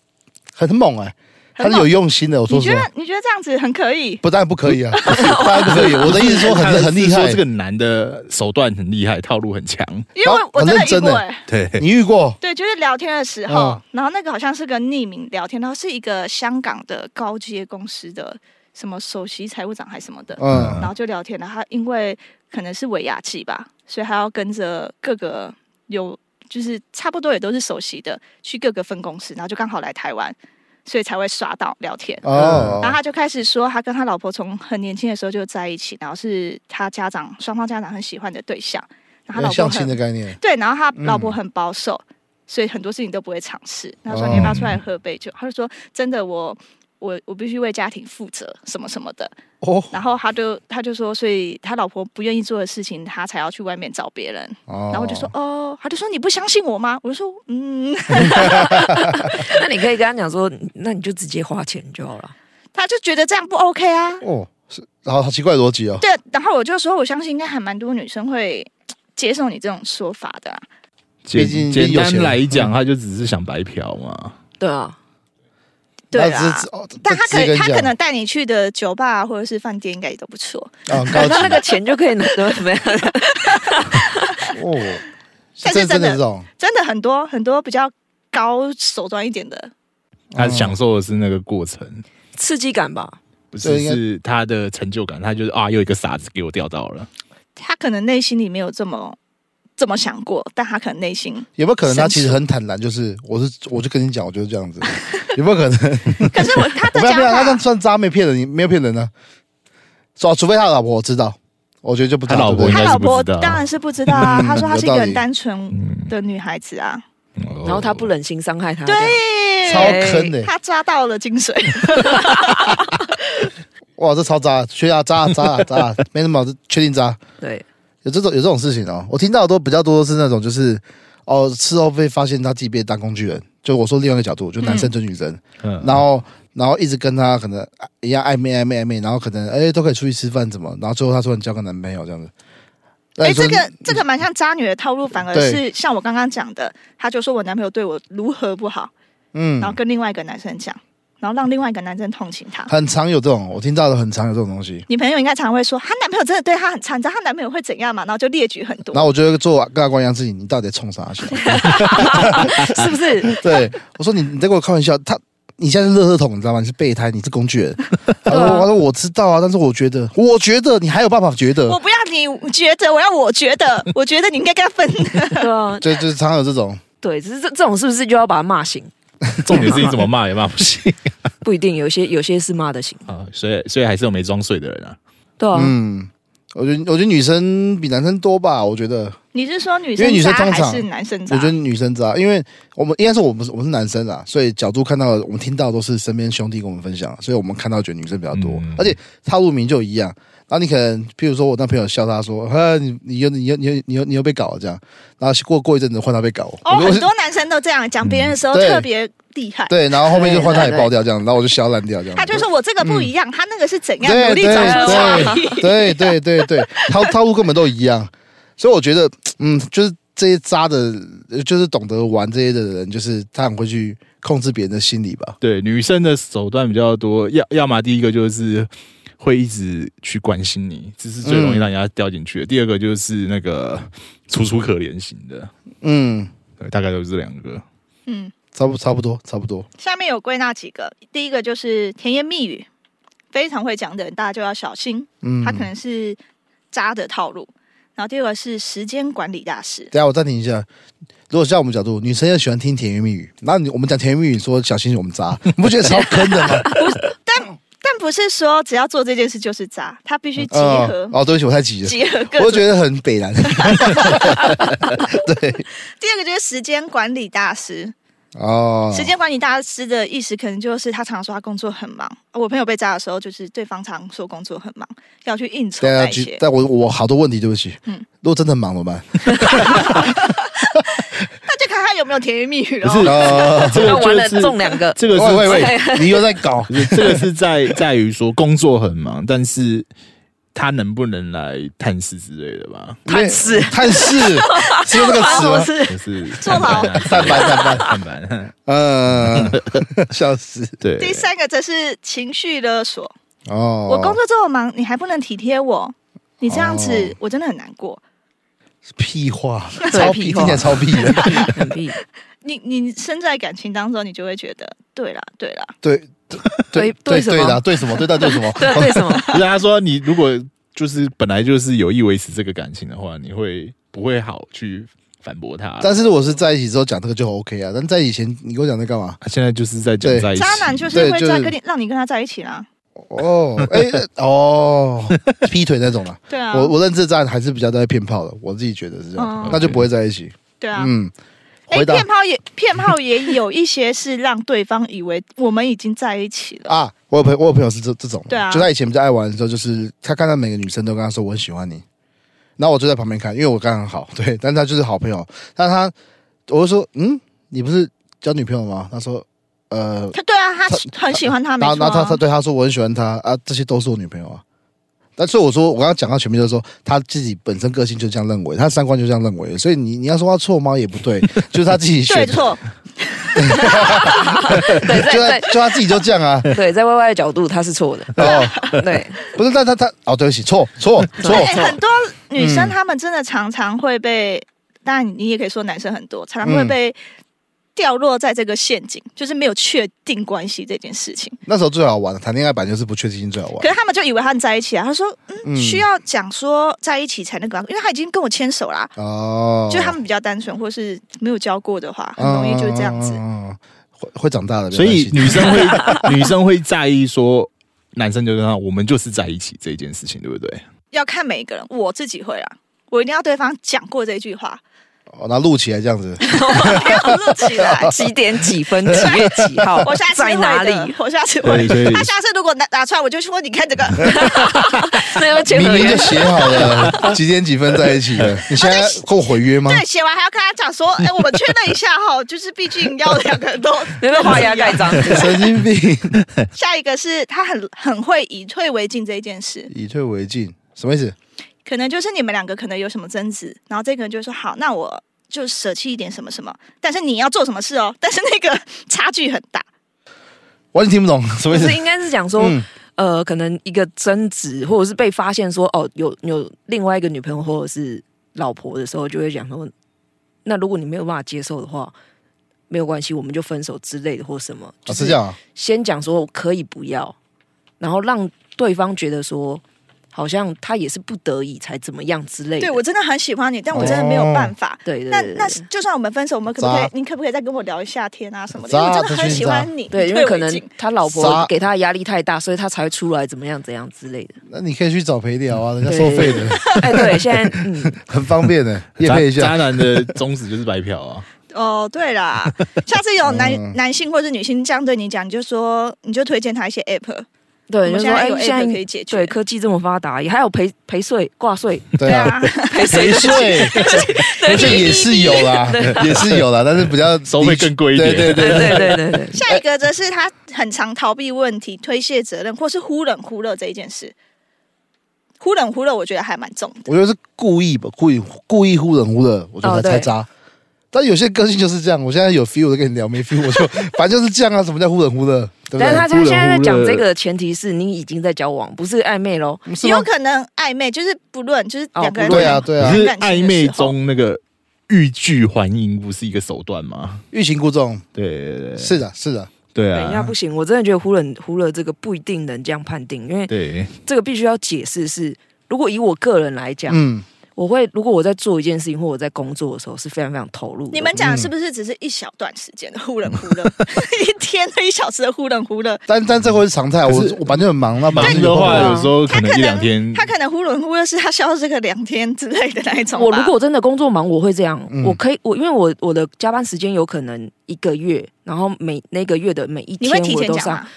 很猛哎、
很
他
猛
是有用心的。我说
你
实
觉
话
得，你觉得这样子很可以？
不但不可以啊，当然不可以。我的意思说 很
他的
很
是
厉
说
害
这，个男的手段很厉害，套路很强。
因为我
很
真的
认
遇
真
过
欸
哎、
对，
你遇过？
对，就是聊天的时候，
嗯
然后那个好像是个匿名聊天，然后是一个香港的高阶公司的什么首席财务长还是什么的，
嗯
然后就聊天，然后他因为可能是尾牙期吧，所以他要跟着各个有就是差不多也都是首席的去各个分公司，然后就刚好来台湾，所以才会刷到聊天。
哦
嗯然后他就开始说，他跟他老婆从很年轻的时候就在一起，然后是他家长双方家长很喜欢的对象，然后他老
有
婆
相亲
很
的嗯概念，
对，然后他老婆很保守，所以很多事情都不会尝试。他说
哦
你要不要出来喝杯酒？他就说真的我。我我必须为家庭负责什么什么的，
哦
然后他就他就说，所以他老婆不愿意做的事情，他才要去外面找别人。
哦
然后我就说，哦，他就说你不相信我吗？我就说，嗯，
那你可以跟他讲说，那你就直接花钱就好了。
他就觉得这样不 OK 啊。
哦，是好好奇怪的逻辑哦。
对，然后我就说，我相信应该还蛮多女生会接受你这种说法的、啊。
简
毕竟
简
有
单
钱
来讲，他就只是想白嫖嘛。
对啊，
对
那只
啊
是，哦
但他
直
可
接跟
以，
你
他
讲
可能带你去的酒吧、啊、或者是饭店，应该也都不错。
啊，很
那
高
那
级
个钱就可以拿 得怎么样？
哦。
但是
真
真的
的这种
真的很多很多比较高手段一点的，
他享受的是那个过程，
刺激感吧。
不
对
是
应该
是他的成就感。他就是啊，又一个傻子给我钓到了。
他可能内心里没有这么这么想过，但他可能内心，
有没有可能他其实很坦然，就是我是我就跟你讲，我就是 这样子，有没有可能？
可是我他
我
的
没有
讲
没有，他这
法，
样算渣，没骗人，没有骗人呢、啊。除非他老婆知道，我觉得就不知道。
他老婆
对不
应
他
该是
老
不
婆
知道
当然是不知道啊。他说他是一个
有道
很
理嗯
单纯的女孩子啊，
然
然后他不忍心伤害他，这样
对，
对嗯超坑的、
他抓到了精髓。
哇，这超渣，确定啊渣啊渣啊渣啊，没什么，这确定渣。
对，
有这种有这种事情哦，我听到的都比较多的是那种就是哦，事后被发现他自己被当工具人。就我说另外一个角度，就男生追女生，
嗯
然后然后一直跟他可能一样暧昧暧昧暧昧，然后可能哎都可以出去吃饭怎么，然后最后他突然交个男朋友这样子。那
哎，
你说
这个这个蛮像渣女的套路，反而
对
是像我刚刚讲的，他就说我男朋友对我如何不好，
嗯
然后跟另外一个男生讲，然后让另外一个男生同情他。
很常有这种，我听到的很常有这种东西。
你朋友应该常会说，她男朋友真的对她很差，你知道她男朋友会怎样嘛？然后就列举很多
然，后我就会做跟他关一样事情，你到底在冲啥去？
是不是？
对我说你你在跟我开玩笑，他你现在是垃圾桶，你知道吗？你是备胎，你是工具人。他说
对啊
我说我知道啊，但是我觉得，我觉得你还有办法觉得，
我不要你觉得，我要我觉得，我觉得你应该跟他分。
对啊，
就就是常有这种，
对，只是这这种是不是就要把他骂醒？
重点 是你怎么骂也骂不醒
不一定，有些有些是骂得醒，
啊，所以所以还是有没装睡的人啊。
对啊，
嗯，我觉得我觉得女生比男生多吧，我觉得，
你是说女
因为
生
女生
渣
通
还
常
是男生
我
渣
觉？得女生知道，因为我们应该说我们是我们是男生啊，所以角度看到的我们听到的都是身边兄弟跟我们分享，所以我们看到觉得女生比较多，
嗯
而且套路名就一样。然后你可能，譬如说我那朋友笑他说：“呵，你你又你又你又你又你又被搞了这样。”然后过过一阵子换他被搞，
哦，
我就
很多男生都这样讲别人的时候
嗯对
特别厉害，
对，然后后面就换他也爆掉这样，然后我就削烂掉这样。
他就说我这个不一样，他那个是怎样
嗯对
努力找出差异。
对对对对，套套路根本都一样，所以我觉得，嗯，就是这些渣的，呃就是懂得玩这些的人，就是他很会去控制别人的心理吧。
对，女生的手段比较多，要要么第一个就是会一直去关心你，这是最容易让人家掉进去的。第二个就是那个楚楚可怜型的，
嗯，
对，大概就是这两个。
嗯，
差不差不多差不多。
下面有归纳几个，第一个就是甜言蜜语，非常会讲的人，大家就要小心，
嗯，
他可能是渣的套路。然后第二个是时间管理大师，
等一下我暂停一下。如果像我们角度，女生也喜欢听甜言蜜语，然后你我们讲甜言蜜语，说小心我们渣，你不觉得超坑的吗？
但不是说只要做这件事就是渣，他必须集合、
哦，对不起，我太急了，
结合各
我就
种。
觉得很北然
第二个就是时间管理大师，
哦。
时间管理大师的意思可能就是他常说他工作很忙。我朋友被炸的时候，就是对方常说工作很忙，要去应酬
对啊
那，
举
些。
但我我好多问题，对不起。
嗯
如果真的很忙怎么办？
那就看他有没有甜言蜜语
不
哦。
是
啊，
这个
那完
就
了
是
中两个，
这个
喂
是
哦喂喂， 你又在 搞
不是这个是在在于说工作很忙，但是他能不能来探视之类的吧？
探视
探视，只有那个词吗？
哦是
就是啊
坐牢
探班探班探 班，
嗯， 笑死
对。
第三个则是情绪勒索，
哦！
我工作这么忙，你还不能体贴我，你这样子、
哦
我真的很难过。
屁话，
对
超
屁
屁，
话
听起来超屁的。
很屁，
你你身在感情当中，你就会觉得，对啦对啦，
对
对
对
对什么
对的，对什么？对 到对什么？
对对什么？
不是他说你如果就是本来就是有意维持这个感情的话，你会不会好去反驳他？
但是如果是在一起之后讲这个就 OK 啊，但在以前你跟我讲在干嘛？
他现在就是在讲
对
在一起，
渣男就是
对
会
就是
在跟你、让你跟他在一起啦。
哦，哎哦，劈腿那种啦。
对啊，
我我认知站还是比较在骗炮的，我自己觉得是这样
哦，
那就不会在一起。
对啊。
嗯，
哎，
回答
骗炮也骗炮也有一些是让对方以为我们已经在一起了，
啊，我有朋我有朋友是这这种，
对啊
就他以前比较爱玩的时候，就是他看到每个女生都跟他说我很喜欢你，然后我就在旁边看，因为我跟他很好， 对，但他就是好朋友，但他我就说嗯，你不是交女朋友吗？他说呃，
他对啊，他很喜欢他，没
然后
错
然后他他
啊。
对他说我很喜欢他啊，这些都是我女朋友啊。但所以我说，我刚刚讲到前面就是说，他自己本身个性就这样认为，他三观就这样认为，所以你你要说他错吗也 不对，就是他自己
对
选，就
错，
对，
他
在
就他自己就这样啊。
在对在 Y Y 的角度他是错的，
哦，
对，
不是，但他他哦，对不起，错 错错，
哎，很多女
嗯嗯
生她们真的常常会被，当然你也可以说男生很多，常常会被掉落在这个陷阱，就是没有确定关系这件事情。
那时候最好玩，谈恋爱版就是不确定性最好玩
可。是他们就以为他们在一起啊，他说、
嗯
需要讲说在一起才能够，因为他已经跟我牵手啦。
哦，嗯
就是他们比较单纯，或是没有教过的话，很容易就是这样子。
嗯嗯嗯嗯会会长大的，
所以
没关系
女生 会女生会在意说，男生就跟他我们就是在一起这一件事情，对不对？
要看每一个人，我自己会啦，我一定要对方讲过这句话，
哦，那录起来这 样子，
我没有录起 来。，
几点几分几月几号
我下次
在
会
哪里？
的，我下次
对
会。
所以
他下次如果拿拿出来，我就说你看这个，
嗯
那要签
明
合
明
约
就。写好 了几点几分在一起的，你现
哦
在跟我毁约吗？
对，写完还要跟他讲说，
嗯
哎，我们确认一下哈，就是毕竟要两个 人都
没有画押盖章，
神经病，
下一个是他很很会以退为进这一件事，
以退为进，什么意思？
可能就是你们两个可能有什么争执，然后这个人就说好，那我就舍弃一点什么什么，但是你要做什么事哦， 但是那个差距很大，
完全听不懂，什
不
么意思
是？应该是讲说，
嗯
呃，可能一个争执，或者是被发现说，哦，有有另外一个女朋友或者是老婆的时候，就会讲说，那如果你没有办法接受的话，没有关系，我们就分手之类的，或什么，
哦，
就是
这样啊，
先讲说可以不要，然后让对方觉得说，好像他也是不得已才怎么样之类的。
对我真的很喜欢你，但我真的没有办法。
对对
那
对
那
对
就算我们分手，我们可不可以
渣？
你可不可以再跟我聊一下天啊什么的？因
渣
为我真的很喜
这
欢你，
对，
你
因
退
为可
为
能
进
他老
啥
婆给他的压力太大，所以他才会出来怎么样怎样之类 的。
那你可以去找陪聊啊，人家收费的，
哎，对，现在嗯，
很方便的，也
渣
配一下
渣。男的宗旨就是白嫖啊，
哦，对啦，下次有男、
嗯
男性或者女性这样对你讲，你就说，你就推荐他一些 app，
对，
我
就
们
说
现在
哎
有，
现
app 可以
在
解决。
对科技这么发达，也还有陪陪睡、挂 睡，
对啊，
啊，
陪睡，陪睡也是有 啦，也是有啦，但是比较
收费更贵一
对
点。
对
对
对
对
对，
对 对对，
下一个则是他很常逃避问题、推卸责任，或是忽冷忽热这一件事。忽冷忽热，我觉得还蛮重的。
我觉得是故意吧，故意故意忽冷忽热，我觉得
哦
才
对
才渣。但有些个性就是这样，我现在有 feel 我就跟你聊，没 feel 我就反正就是这样啊。什么叫忽冷忽热？对不
但是
对？
他他现在在讲这个的前提是你已经在交往，不是暧昧喽。
是
也有
吗？
可能暧昧，就是不论，就是
哦
两个人
不
对
论
啊，对啊
可，是
感情的
暧
时候
昧中那个欲拒还迎不是一个手段吗？
欲擒故纵，
对对对
是的，是的，
对
等一下
啊
不，行，我真的觉得忽冷忽热这个不一定能这样判定，因为
对
这个必须要解释是，如果以我个人来讲，
嗯，
我会如果我在做一件事情或我在工作的时候是非常非常投入的，
你们讲的是不是只是一小段时间的忽冷忽热， 一天的一小时的忽冷忽热？
但但这会是常态。我
可是
我本来就很忙，那
忙
本来就
的话，
没空啊
有时候
他
可能一两天，
他可能忽冷忽热是他消失个两天之类的那一种吧。
我如果真的工作忙，我会这样，
嗯
我可以我因为我我的加班时间有可能一个月，然后每那个月的每一
你
天
会提
我
前
都
讲
上
吗，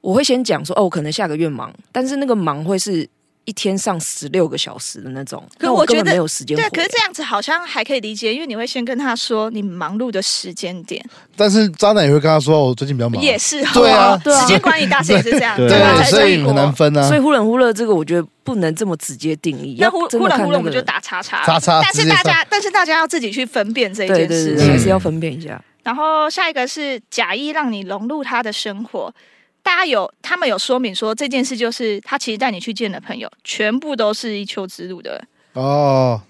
我会先讲说哦，我可能下个月忙，但是那个忙会是一天上十六个小时的那种，
可
那
我
根
觉
本
得
没有时间回。
对，啊可是这样子好像还可以理解，因为你会先跟他说你忙碌的时间点，
但是渣男也会跟他说，哦我最近比较忙，
也是
对啊
哦
对啊
时间管理大师也是这样，
对
对
吧？
所以很难分啊
啊所。以忽冷忽热这个，我觉得不能这么直接定义，
那
要
忽
真
忽
的
冷
看那
忽热
个
我们就打叉叉，
叉叉
但
直
是
接
大
上
家但是大家要自己去分辨这一
对对
件
对
事
嗯
对，
情。
还是要分辨一下。
然后下一个是假意让你融入他的生活。大家有他们有说明说这件事就是他其实带你去见的朋友，全部都是一丘之路的 人。
哦，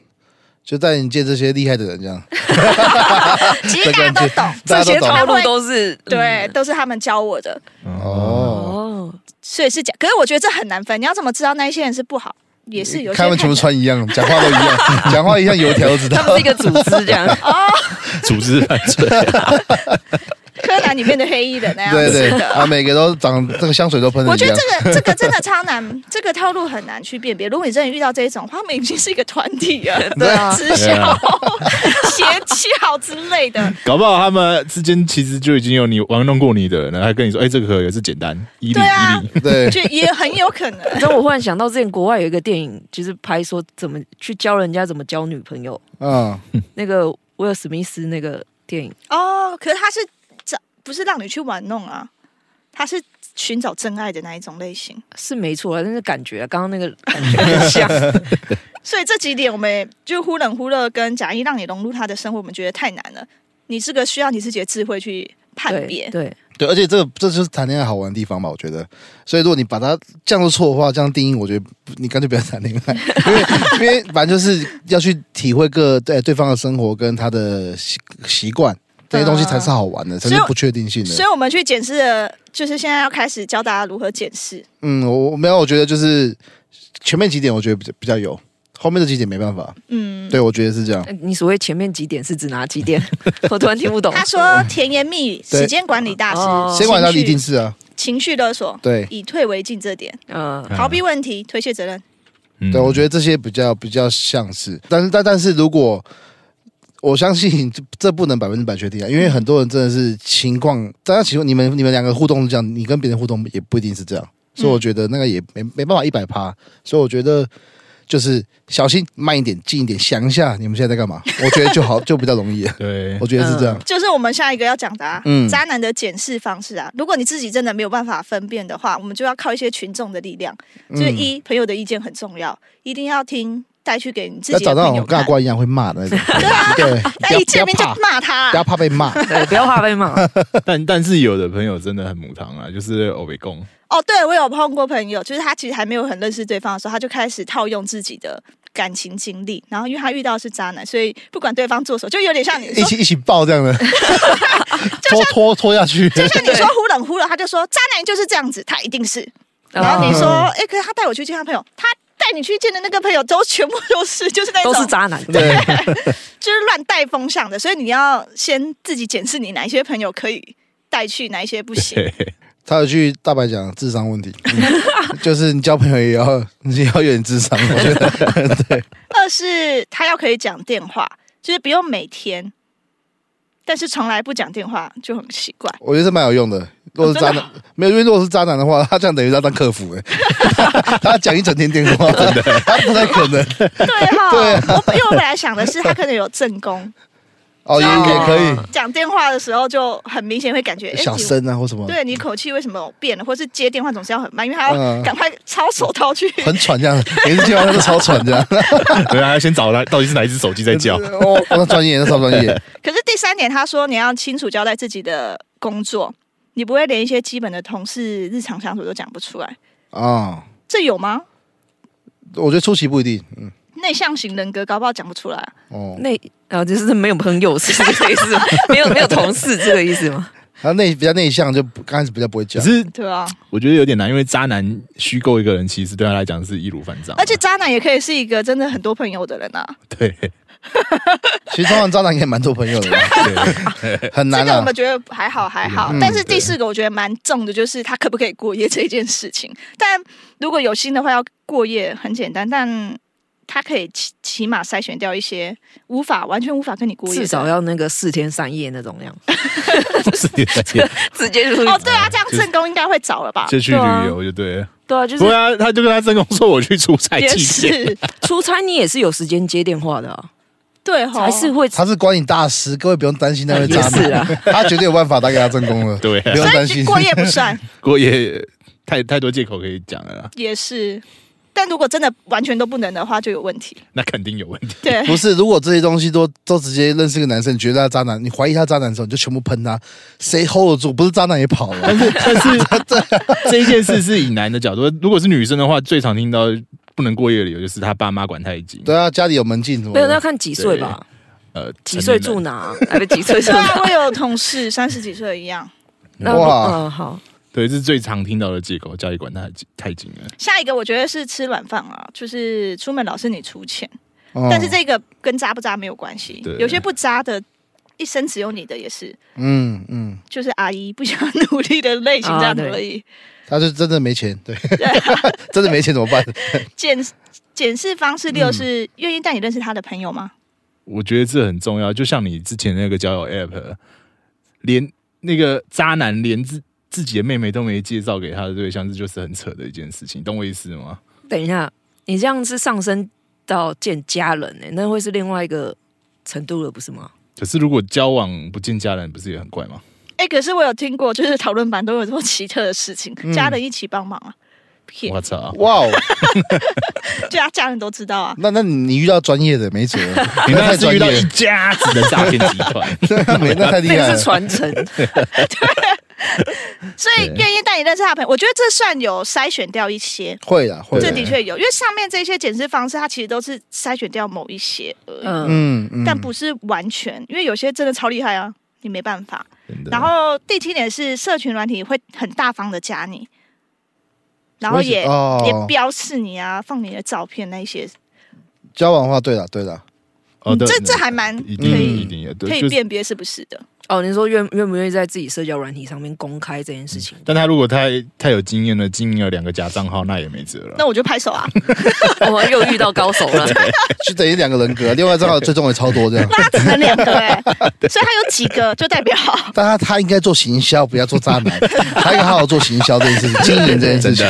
就带你见这些厉害的人这样。
其实大家都懂，
这
大家都
些
懂
套路都是
对，都是他们教我的，
哦，
哦，
哦，
所以是假。可是我觉得这很难分，你要怎么知道那一些人是不好？也是有些
看他们全部穿一样，讲话都一 样，讲话一样油条都知
他
道。
们是一个组织这 样。
嗯组织犯罪，
柯南里面的黑衣人那样
对
子
对，
的。
啊，每个都长这个香水都喷的
我
一
觉得
样。
这个这个真的超难，这个套路很难去辨别。如果你真的遇到这一种，他们已经是一个团体了，
对啊
直销、邪教之类的。
搞不好他们之间其实就已经有你玩弄过你的人了，还跟你说，哎，这个可以是简单，一例
对啊
一例，
对，
就也很有可能。
让我忽然想到，之前国外有一个电影，就是拍说怎么去教人家怎么交女朋友，
嗯，
那个威尔史密斯那个电影。
哦，可是他是找不是让你去玩弄啊，他是寻找真爱的那一种类型。
是没错啊，但是感觉啊刚刚那个感觉很像，
所以这几点我们也就忽冷忽热跟假意让你融入他的生活，我们觉得太难了。你这个需要你自己的智慧去判
对
别。
对，
对，而且这个这就是谈恋爱好玩的地方吧，我觉得。所以如果你把它这样子错的话，这样定义，我觉得你干脆不要 谈恋爱，因为因为反正就是要去体会各对对方的生活跟他的习习惯。那些东西才是好玩的，才
所以
是
我
不确定性的。
所以我们去检视的，就是现在要开始教大家如何检视。
嗯，我我没有，我觉得就是前面几点我觉得比较比较有，后面这几点没办法。
嗯，
对，我觉得是这样。
呃你所谓前面几点是指哪几点？我突然听不懂。
他说甜言蜜语、
哦对
时间管理大师、
哦
谁管他
情绪
一定是啊，
情绪勒索、
对
以退为进这点、
嗯，
嗯
逃避问题、推卸责任。
嗯
对，我觉得这些比较比较像是，但是但但是如果我相信这这不能百分之百确定啊，因为很多人真的是情况，大家情况你们你们两个互动是这样，你跟别人互动也不一定是这样，所以我觉得那个也没没办法一百趴，所以我觉得。就是小心慢一点，近一点，想一下你们现在在干嘛？我觉得就好，就比较容易。
对
我觉得是这样。
就是我们下一个要讲的、啊，
嗯
渣男的检视方式啊。如果你自己真的没有办法分辨的话，我们就要靠一些群众的力量。就是
嗯
一、朋友的意见很重要，一定要听，带去给你自
要
己的
找到那
朋
种
友
跟阿
看。
瓜一样会骂的那种，对，
但一见面
不
就
要怕，
骂他、啊
不要怕被 骂。
对，不要怕被骂。
但但是有的朋友真的很母汤啊，就是欧北贡，
哦，对，我有碰过朋友，就是他其实还没有很认识对方的时候，他就开始套用自己的感情经历，然后因为他遇到的是渣男，所以不管对方做什么，就有点像你
一
说，
起一起抱 这样的，拖拖拖下去，
就像你说忽冷忽热，他就说渣男就是这样子，他一定
哦
是。然后你
嗯
说，哎、可是他带我去见他朋友，他带你去见的那个朋友都全部都是，就是那种
都是渣男，
对，
就是乱带风向的，所以你要先自己检视你哪一些朋友可以带去，哪一些不 行。
对，
他有去大白讲智商问题， 嗯就是你交朋友也要你要有点智商，我觉得
二是他要可以讲电话，就是不用每天，但是从来不讲电话就很奇 怪。
我觉得是蛮有用的。如果是渣男，没有，因为如果是渣男的话，他这样等于他当客服哎，他他讲一整天电话，真的，他不太可能
对哈、
对啊
我因为我本来想的是他可能有正 宫，
哦，也也可以
讲电话的时候就很明显会感觉哎
小
你
声啊或什么，
对你口气为什么变了，或是接电话总是要很慢，因为他
嗯
要赶快抄手套去。
很喘这样，每次接完他都超喘这样。
对啊，先找来到底是哪一只手机在 叫，
哦，那专业，那超专 业，
可是第三点，他说你要清楚交代自己的工作，你不会连一些基本的同事日常相处都讲不出来，
啊、
这有吗？
我觉得初期不一定，嗯，
内向型人格搞不好讲不出来啊，
哦，
那啊，就是没有朋友是这个意思吗？没有没有同事这个意思吗？
他内比较内向，就不刚开始比较不会
可
讲。
是
对啊。
我觉得有点难，因为渣男虚构一个人，其实对他来讲是易如反掌，
而且渣男也可以是一个真的很多朋友的人啊，
对
其实通常渣男也蛮多朋友的， 很
这
难
个我
啊
们。觉得还好还好。
嗯
但是第四个我觉得蛮重的，就是他可不可以过夜这件事情。但如果有心的话，要过夜很简单，但他可以起起码筛选掉一些无法完全无法跟你过夜的
至
人，
少要那个四天三夜那种样，
不是 也在
直接就是
哦，对
嗯
啊，这样
就是
正宫应该会找了吧？
就去旅游就对了，
对啊，就是
对啊，他就跟他正宫说我去出差
也
去见，
是，
出差你也是有时间接电话的啊，
对 吼，
还是会
他是管理大师，各位不用担心那位
也
渣
是
男，
啊，
他绝对有办法打给他正宫了，
对啊
不用担
所以
心。
过夜不算，
过夜太太多借口可以讲了啦，
也是。但如果真的完全都不能的话，就有问题。
那肯定有问题，
对，
不是，如果这些东西都都直接认识个男生，你觉得他渣男，你怀疑他渣男的时候，你就全部喷他，谁 hold 得住？不是渣男也跑了，
嗯
但是但是这一件事是以男的角度，如果是女生的话，最常听到不能过夜的理由就是他爸妈管太紧，
对啊，家里有门禁什么
没有那要
的，
看几岁吧，
呃，
几岁
成
住
年人
哪，哎不几岁住
对啊，
哪，
我有同事三十几岁一样。
那
哇
嗯好，
对，这是最常听到的借口，家里管太紧太紧了。
下一个我觉得是吃软饭啊，就是出门老是你出钱，
嗯
但是这个跟渣不渣没有关系
哦对，
有些不渣的。一生只有你的也是，
嗯嗯，
就是阿姨不想努力的类型，
啊
这样
对
而已。
他就真的没钱， 对，真的没钱怎么办？
检检视方式六是愿意带你认识他的朋友吗？
嗯
我觉得这很重要，就像你之前那个交友 app，连那个渣男连自自己的妹妹都没介绍给他的对象，这就是很扯的一件事情，懂我意思吗？
等一下，你这样是上升到见家人呢，那会是另外一个程度了，不是吗？
可是如果交往不见家人，不是也很怪吗？
哎、可是我有听过，就是讨论版都有这么奇特的事情，家人一起帮忙啊，屁
嗯我操！
哇哦，
对啊，家人都知道啊。
那那你你遇到专业的没辙，
你
那
那
太
是
专
遇
业
到一
了，
家子的诈骗集团，
那 没那太厉
那
害
个
了
是。传承，
所以
对
愿意带你认识他的朋友，我觉得这算有筛选掉一些，
会啦，会啦
这的确有，因为上面这些检视方式，它其实都是筛选掉某一些而已，
嗯，
嗯，嗯
但不是完全，因为有些真的超厉害啊。你没办法。
真的
然后第七点是社群软体会很大方的加你，然后
为什
也、
哦
也标示你啊，放你的照片那一些，
交往的话，对了对了，
哦，对
这这还蛮
一
嗯可
定一
以
定也
可
对，
以
就是。
辨别是不是的。
哦，你说愿愿不愿意在自己社交软体上面公开这件事 情？
但他如果太太有经验了，经营了两个假账号，那也没辙了。
那我就拍手 啊，。
我哦又遇到高手 了，
就等于两个人格，另外正好最重也超多这样
那他只能两个 哎、所以他有几个就代表
但他他应该做行销，不要做渣 男，他应该好好做行销这件事情，经营这件事情，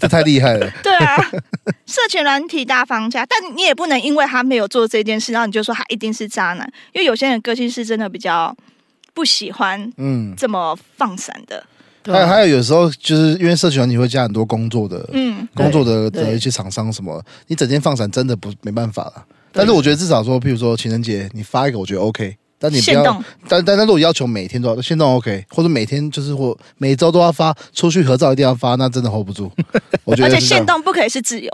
这太厉害了。
对啊，社群软体大方家，但你也不能因为他没有做这件事，然后你就说他一定是渣男，因为有些人个性是真的比较不喜欢
嗯，
这么放散的。
对
还有
啊
还有有时候就是因为社群软体会加很多工作的
嗯，
工作的
对
的一些厂商什么，你整天放闪真的不没办法了。但是我觉得至少说，譬如说情人节你发一个，我觉得 OK。但你不
限
要，
动
但但但如果要求每天都要，限动 OK，或者每天就是或每周都要发，出去合照一定要发，那真的 hold 不住。我觉
而
得
且
是这
限
样，
动不可以是自由，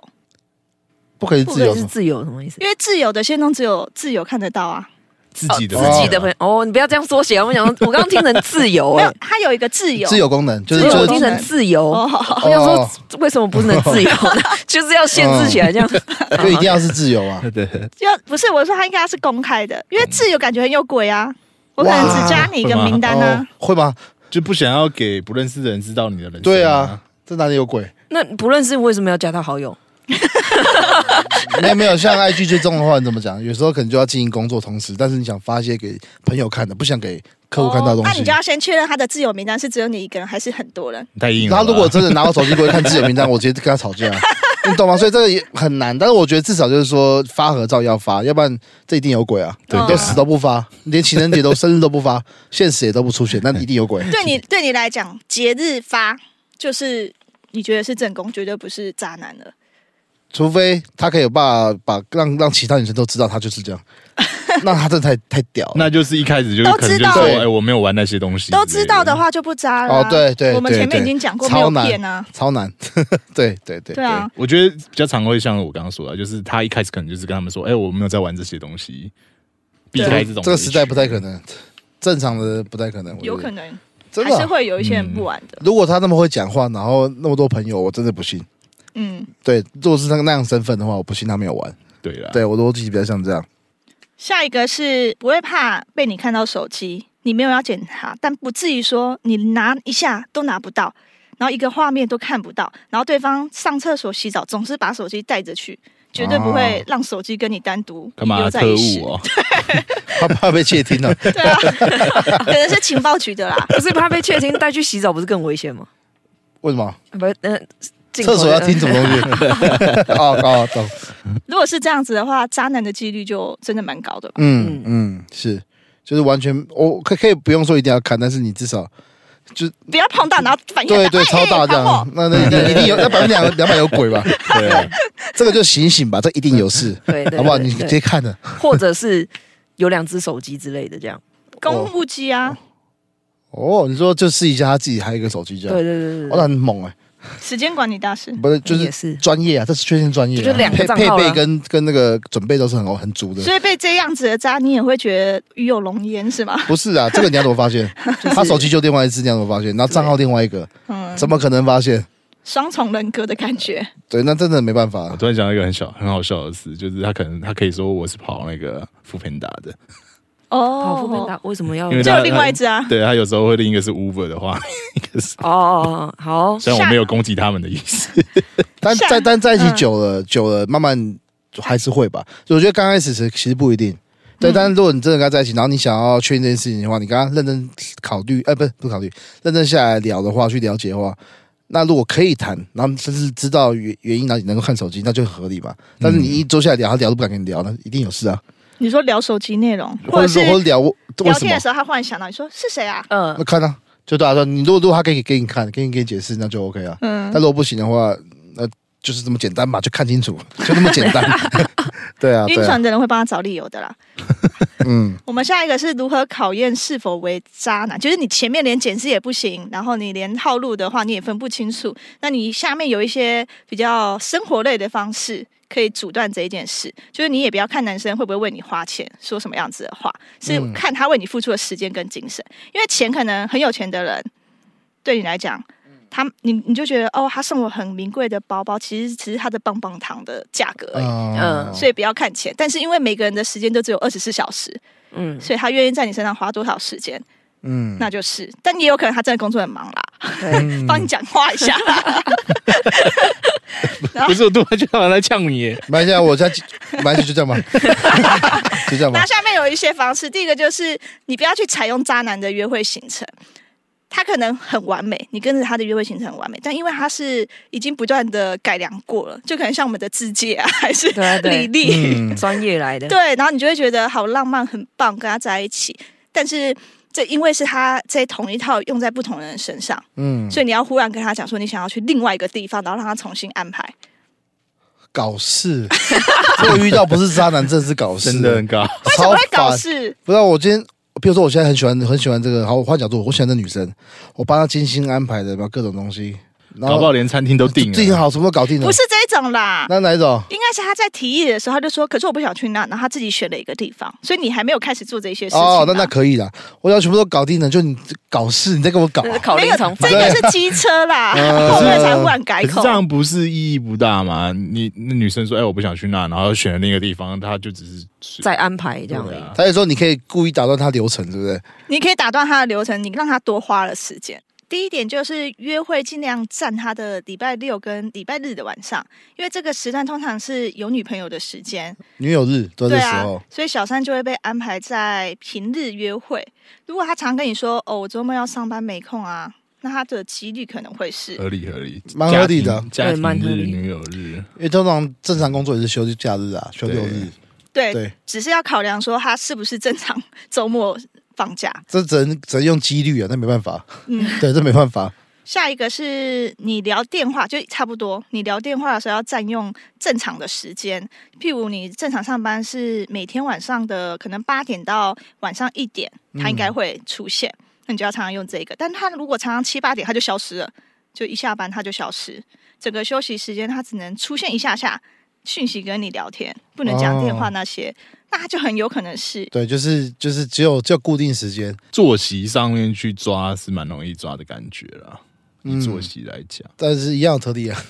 不可以
不
自
可
由
以是自由什么意思？
因为自由的限动只有自由看得到啊。
自己的
哦
自己的朋友哦，你不要这样缩写啊，我想 我刚刚听成自由
没
哎、
有，它有一个自由。
哦自由功能，就是
自
因
由
为我
就
听
功
是
能
成自由，
哦，
我想
哦
说为什么不能自由 呢？就是要限制起来这样。
哦就一定要是自由啊。
对，
就不是我说它应该是公开的，因为自由感觉很有鬼啊。我可能只加你一个名单
哦
啊，，
会吗？
就不想要给不认识的人知道你的人生。
对啊，，这哪里有鬼？
那不认识为什么要加他好友？
没有没有，像 IG 追踪的话，你怎么讲？有时候可能就要进行工作同时，但是你想发一些给朋友看的，不想给客户看到的东
哦那
西。
你就要先确认他的自由名单是只有你一个人还是很多人。
太硬了
他
吧。
如果真的拿我手机过来看自由名 单，我直接跟他吵架，你懂吗？所以这个也很难，但是我觉得至少就是说发合照要发，要不然这一定有鬼啊！
对
嗯
都死都不发，连情人节都 生日都不发，现实也都不出现，那一定有鬼。
对 你对你来讲，节日发就是你觉得是正宫，绝对不是渣男了。
除非他可以把把让让其他女生都知道他就是这样， 那他真的太太屌了。
那就是一开始就是
都
可能
知
就
道
说，
对
哎，我没有玩那些东西之类，
都知道的话就不渣了啊、
哦，对对，
我们
对
前面已
对
经讲过没有
超难
骗啊，
超难， 对对对
对啊，，
我觉得比较常会像我刚刚说的，就是他一开始可能就是跟他们说，哎、我没有在玩这些东西，避
对
开这种
这个时代不太可
能。
能，正常的不太可能，我觉得
有可能
真
还
的
是
啊。
会有一些人不玩的。
如果他那么会讲话，然后那么多朋友，我真的不信。
嗯，
对，如果是那个那样身份的话，我不信他没有玩。
对啊了，
对我逻辑比较像这样，
下一个是不会怕被你看到手机，你没有要检查，但不至于说你拿一下都拿不到，然后一个画面都看不到，然后对方上厕所、洗澡总是把手机带着去。绝对不会
啊
让手机跟你单独
干嘛
留在
特
一室
务，哦？
他怕被窃 听了。
对啊，可能是情报局的啦。
不是怕被窃听带去洗澡，不是更危险吗？
为什么？
不是，嗯、进
厕所要听什么东西？ 哦哦懂，
如果是这样子的话，渣男的几率就真的蛮高的吧。
嗯嗯，是，就是完全我可可以不用说一定要看，但是你至少
不要碰到，然后反应
对 对
哎
超大这
哎打
样
我，
那那一定一定有那百分之两两百有鬼吧？
对啊，
这个就醒醒吧，这一定有事，
对对对
好不好？你
对
直接看了，
或者是有两只手机之类的，这样。
公务机啊，
哦，你说就试一下，他自己还有一个手机这
对
样，
对对对
哦，那很猛哎。
时间管理大师。
不是，就
也
是
是
专业啊，这是确定专业、啊，
就两个
配
账
配
号
备
了
跟跟那个准备都是很很足的。
所以被这样子的渣，你也会觉得鱼有龙焉是吗？
不是啊，这个你要怎么发 现？
是
他手机就另外一只，你要怎么发现？然后账号另外一个，
嗯，
怎么可能发现？
双重人格的感觉。
对，那真的没办法
我
啊。
突然想到一个很小很好笑的事，就是他可能他可以说我是跑那个副平达的，
跑副片
哦，
大为什么要？
因为
就
他
有另外一只 啊。
对他有时候会另一个是 Uber 的话，一个 是
哦哦哦，好，
虽然我没有攻击他们的意 思，
但
像
在但在一起
嗯
久了、久了，慢慢还是会吧。我觉得刚开始是其实不一定。对，
嗯
但是如果你真的跟他在一起，然后你想要确定这件事情的话，你刚刚认真考虑，呃，不是不是考虑，认真下来聊的话，去了解的话，那如果可以谈，然后甚至知道原原因，然后你能够看手机，那就很合理吧。但是你一坐下来聊，他聊都不敢跟你聊，那一定有事啊，
你说聊手机内容，
或
或
者
者
说
是
或者聊我为
聊
什
天
么
的？时候，他忽然想到你说是谁啊？
嗯
那，看啊，就大家说，你如果如果他可以给你看，给你给你解释，那就 OK 啊。
嗯
但，如果不行的话，那就是这么简单嘛，就看清楚，就那么简单。 对啊，
晕
对啊
船，的人会帮他找理由的啦。
嗯，
我们下一个是如何考验是否为渣男，就是你前面连检视也不行，然后你连套路的话你也分不清楚，那你下面有一些比较生活类的方式可以阻断这一件事。就是你也不要看男生会不会为你花钱，说什么样子的话，是
嗯
看他为你付出的时间跟精神。因为钱可能很有钱的人，对你来讲。
嗯
他你你就觉得哦，他送我很名贵的包包，其实只是他的棒棒糖的价格而已，
嗯
所以不要看钱。但是因为每个人的时间都只有二十四小时，
嗯，
所以他愿意在你身上花多少时间，
嗯
那就是。但也有可能他真的工作很忙啦，
对，
嗯
帮你讲话一 下。
不是我突然就想来呛你耶，
马来西亚，我家马来西亚就这 样吧，就这样吧
那。下面有一些方式，第一个就是你不要去采用渣男的约会行程。他可能很完美，你跟着他的约会行程很完美，但因为他是已经不断的改良过了，就可能像我们的字界啊，还是
对啊对
履历，
嗯，
专业来的，
对，然后你就会觉得好浪漫，很棒，跟他在一起。但是这因为是他在同一套用在不同人身上，
嗯，
所以你要忽然跟他讲说你想要去另外一个地方，然后让他重新安排。
搞 事，这个遇到不是渣男，真的 是搞事，
真的很高。
为什
超
么会搞
烦。
事？
不知道我今天，比如说我现在很喜欢很喜欢这个，好，我换角度，我喜欢这女生，我帮她精心安排的，把各种东西，然
搞不
后
好连餐厅都定了，
定好，什么都搞定了
不。是这种啦，
那哪一种？
应该是他在提议的时候，他就说：“可是我不想去那。”然后他自己选了一个地方，所以你还没有开始做这些事情啊。
哦，那那可以啦，我要全部都搞定了，就你搞事，你再给我搞啊、
这是考
没
临
有，
床
这
反
个
应，
是机车啦，
嗯
后面才忽然改
可是
口
这。样不是意义不大吗？你那女生说：“哎、我不想去那。”然后选了另一个地方，她就只是
再安排这
对
样而已。
啊。
他就说你可以故意打断他流程，对不对？
你可以打断他的流程，你让他多花了时间。第一点就是约会尽量占他的礼拜六跟礼拜日的晚上，因为这个时段通常是有女朋友的时间，
女友日都在
对
这时
啊
候，，
所以小三就会被安排在平日约会。如果他常跟你说“哦，我周末要上班没空啊”，那他的几率可能会是
呃
合理合理，
蛮合理的
家
对
庭家
蛮
庭
合
日、
理
女友日，
因为通常正常工作也是休假日啊，休六日
对，
对，
对
只是要考量说他是不是正常 周末放假。
这只能只能用几率啊，那没办法，
嗯，
对，这没办法。
下一个是你聊电话，就差不多。你聊电话的时候要占用正常的时间，譬如你正常上班是每天晚上的可能八点到晚上一点，他应该会出现，那你就要常常用这个。但他如果常常七八点他就消失了，就一下班他就消失，整个休息时间他只能出现一下下，讯息跟你聊天，不能讲电话那些，那他就很有可能是
对，就是就是只有只有固定时间，
作息上面去抓是蛮容易抓的感觉啦。以
嗯
作息来讲，
但是一样的特例啊，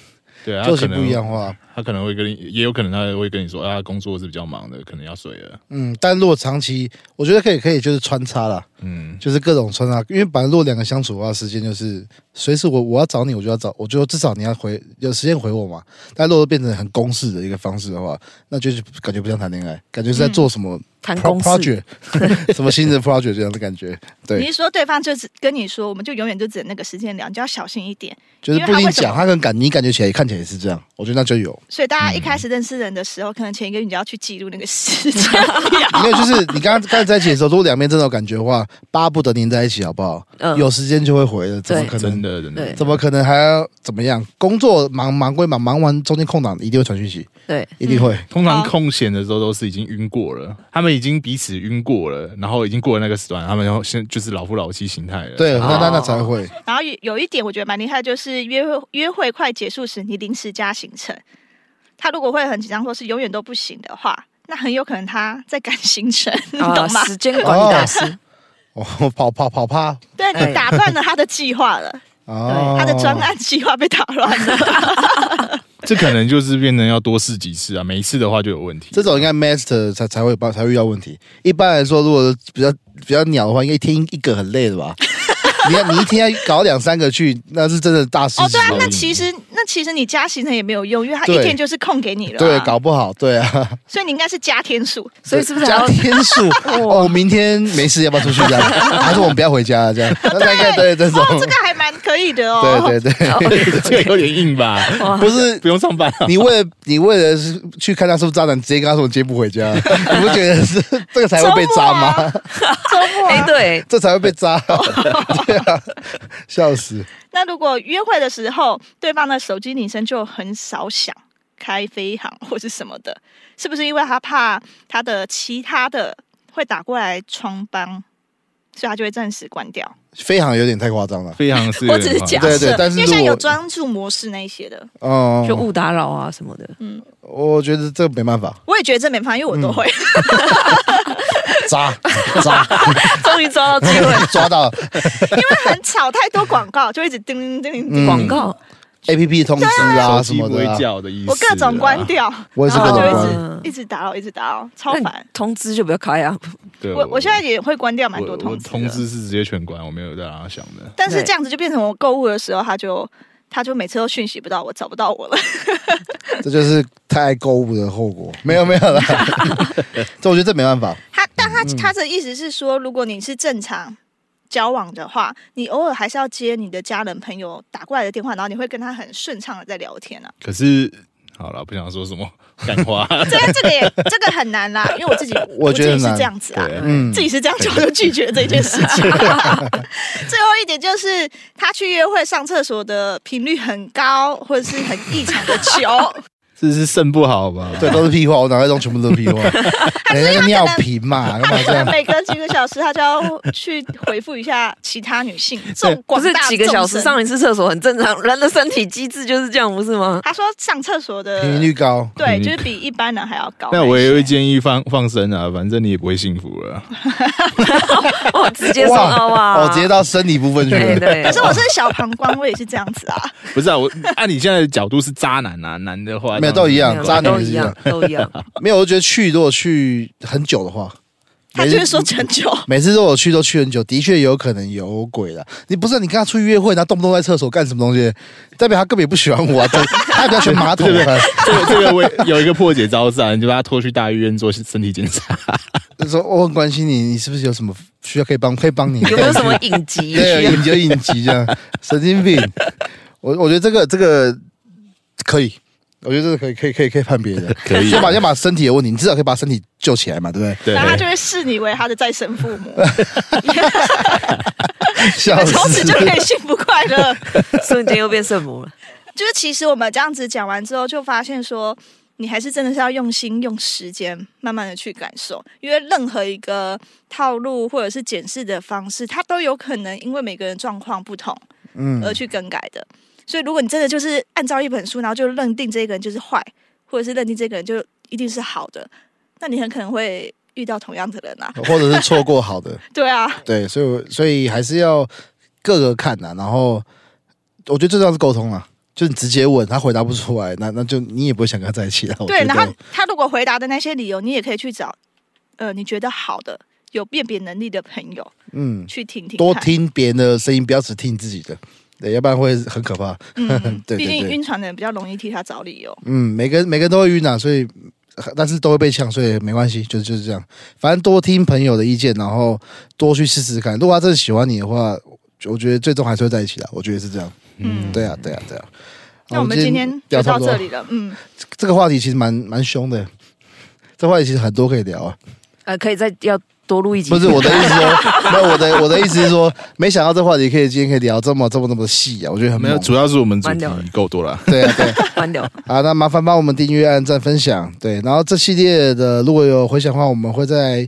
对啊，
作息
她可能
不一样的话，
他可能会跟你，也有可能他会跟你说：“啊，工作是比较忙的，可能要睡了。
嗯，但如果长期，我觉得可以可以就是穿插啦，”
嗯，
就是各种穿插，因为本来如果两个相处的话，时间就是随时我我要找你，我就要找，我就至少你要回有时间回我嘛。但如果变成很公式的一个方式的话，那就是感觉不像谈恋爱，感觉是在做什么
谈
pro-
嗯公事，
project，、什 么新的 project 这样的感觉，
你
对，
是说对方就是跟你说，我们就永远就只能那个时间聊，你就要小心一点。
就是
因
不一定
为他为什么
讲，他跟感你感觉起来看起来也是这样，我觉得那就有。
所以大家一
嗯
开始认识人的时候，可能前一个月你就要去记录那个时间
没有，就是你刚刚开始在一起的时候，如果两边真的有感觉的话，巴不得黏在一起，好不好？
嗯，
有时间就会回的，怎么
对
可能
真？的真的
对
怎么可能还要怎么样？工作忙忙归忙，忙完中间空档一定会传讯息，
对，
一定会。
通常
好
空闲的时候都是已经晕过了，他们已经彼此晕过了，然后已经过了那个时段，他们要先就是老夫老妻形态了。
对，那那那
哦
才会。
然后有有一点我觉得蛮厉害，就是约会约会快结束时，你临时加行程。他如果会很紧张，或是永远都不行的话，那很有可能他在赶行程， 你
啊，
懂吗？
时间管理大师，
哦， 跑跑跑趴。
对
哎
你打乱了他的计划了，
哦，
他的专案计划被打乱 了。
这可能就是变成要多试几次啊，每一次的话就有问 题。
这种应该 master 才才会帮才会遇到问题。一般来说，如果比较比较鸟的话，应该一天一个很累的 吧？你看你一天要搞两三个去，那是真的大师
哦，
级
对啊，
的
那其实那其实你加行程也没有用，因为他
对
一天就是空给你了、啊
对，，搞不好，对啊，
所以你应该是加天数。
所以是不是还
加
要
天 数？哦，我明天没事，要不要出去这样？还是我们不要回家啊这样？那大概对这种
哦，，这个还蛮可以的哦。
对对对，
这个有点硬 吧？
哦
不是
不用上班 啊？
你为了你为了是去看他是不是渣男，直接跟他说我接不回家， 你不觉得是这个才会被渣
周末
吗？
周末、啊、
哎，对，
这才会被渣， 对啊，笑死！
那如果约会的时候，对方的手机铃声就很少响，开飞行或是什么的，是不是因为他怕他的其他的会打过来穿帮，所以他就会暂时关掉。
飞航有点太夸张了。
非常是
我只是假设
对对，但是
因为
如
现在有
果
专注模式那一些的，
嗯，
就勿打扰啊什么的。
嗯
我觉得这没办法，
我也觉得这没办法，因为我
嗯
都会。
渣渣
终于抓到机会，
抓到
因为很吵，太多广告就一直叮铃叮铃
嗯
叮铃，
广告
A P P 通知啊
手
什
机
么
不
的
会
啊，
叫的意思。
我各种关，掉，
我也是
然
各
后
种
就
然后
关。
一直一直打扰，一直打扰，超
那
烦
你。通知就不要开啊，
对
我我现在也会关掉蛮多
我
通
我
知的，
通知是直接全关，我没有在让他想的。
但是
对
这样子就变成我购物的时候，他就他就每次都讯息不到我，找不到我了。
这就是太爱购物的后果。没有没 有啦，这我觉得这没办法。
他但他
嗯
他的意思是说，如果你是正常交往的话，你偶尔还是要接你的家人朋友打过来的电话，然后你会跟他很顺畅的在聊天 啊。
可是好了，不想说什么干 话。
这这个也这个很难 啦，因为我自己
我觉得
自己
难
是这样子啊。
对
嗯
自，己是这样，就 就拒绝这件事情。最后一点就是，他去约会上厕所的频率很高，或者是很异常 的久。
这是肾不好吧？
对，都是屁话，我脑袋中全部都是 屁话。哎，那个尿频嘛，干嘛这
可能
样？
每隔几个小时，他就要去回复一下其他女性。这种
不
广
是
大
几个小时
众生
上一次厕所很正常，人的身体机制就是这样，不是 吗？
他说上厕所的
频率高，
频
对，
率
就是比一般人还要高。
那我也会建议放放生啊，反正你也不会幸福了。
哦，直接送
哇
到哇，
哦，直接到生理部分去
啊对
了。
对
可，是我是小膀胱，我也是这样子啊。
不是啊，我按你现在的角度是渣男啊，男的话
没有都一样
没有
渣女
都
也是
一
这样
样，都一样。
没有，我觉得去如果去很久的话，
他就是说成就，
每次都有去都去很久，的确有可能有鬼啦。你不是你跟他出去约会，然后动不动在厕所干什么东西，代表他根本也不喜欢我啊，他他也比较喜欢 马桶啊。
这个这个我也有一个破解招式啊，你就把他拖去大医院做身体检查。
他说哦我很关心你，你是不是有什么需要可以帮可以帮你？
有没有什么影集？
对，有影集有影集这样，神经病。我我觉得这个这个可以，我觉得这个可以可以可以可以判别的，
可以
先把先把身体的问题，你至少可以把身体救起来嘛，对不对？
对
然，后他就会视你为他的再生父母，
笑
从此
死
就！可以幸福快乐。
瞬间又变圣母了。
就是其实我们这样子讲完之后，就发现说，你还是真的是要用心、用时间，慢慢的去感受，因为任何一个套路或者是检视的方式，它都有可能因为每个人状况不同
嗯，
而去更改的。所以，如果你真的就是按照一本书，然后就认定这个人就是坏，或者是认定这个人就一定是好的，那你很可能会遇到同样的人啊。
或者是错过好的，
对啊，
对，所以我所以还是要各个看呐、然后我觉得最重要是沟通啊，就你直接问他回答不出来，那那就你也不会想跟他在一起了。我
对。
觉
然
得
后他如果回答的那些理由，你也可以去找，呃，你觉得好的、有辨别能力的朋友
嗯，
去听听，
多。听别人的声音，不要只听自己的，对，要不然会很可怕。
嗯，
对对
毕竟
对
晕船的人比较容易替他找理由。
嗯，每个人每个人都会晕啊，所以但是都会被呛，所以没关系，就就是这样。反正多听朋友的意见，然后多去试试看。如果他真的喜欢你的话，我觉得最终还是会在一起的。我觉得是这样。
嗯，
对啊，对啊，对啊。
那我们今天
聊
就
差
到
不多
这里了。嗯，
这个话题其实蛮蛮凶的，这话题其实很多可以 聊啊。
呃，可以再要多录一集。
不是我的意思说，没有我的我的意思是说，没想到这话题可以今天可以聊这么这么这么细啊，我觉得很
没
猛
有，。主要是我们主
蛮
题
屌的
够多了。
对啊，对啊，
关掉，
好，那麻烦帮我们订阅、按赞、分享。对，然后这系列的如果有回想的话，我们会再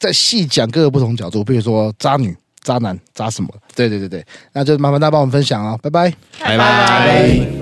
再细讲各个不同角度，比如说渣女、啊渣男、渣什么。对对对对，那就麻烦大家帮我们分享哦，拜拜。
拜拜。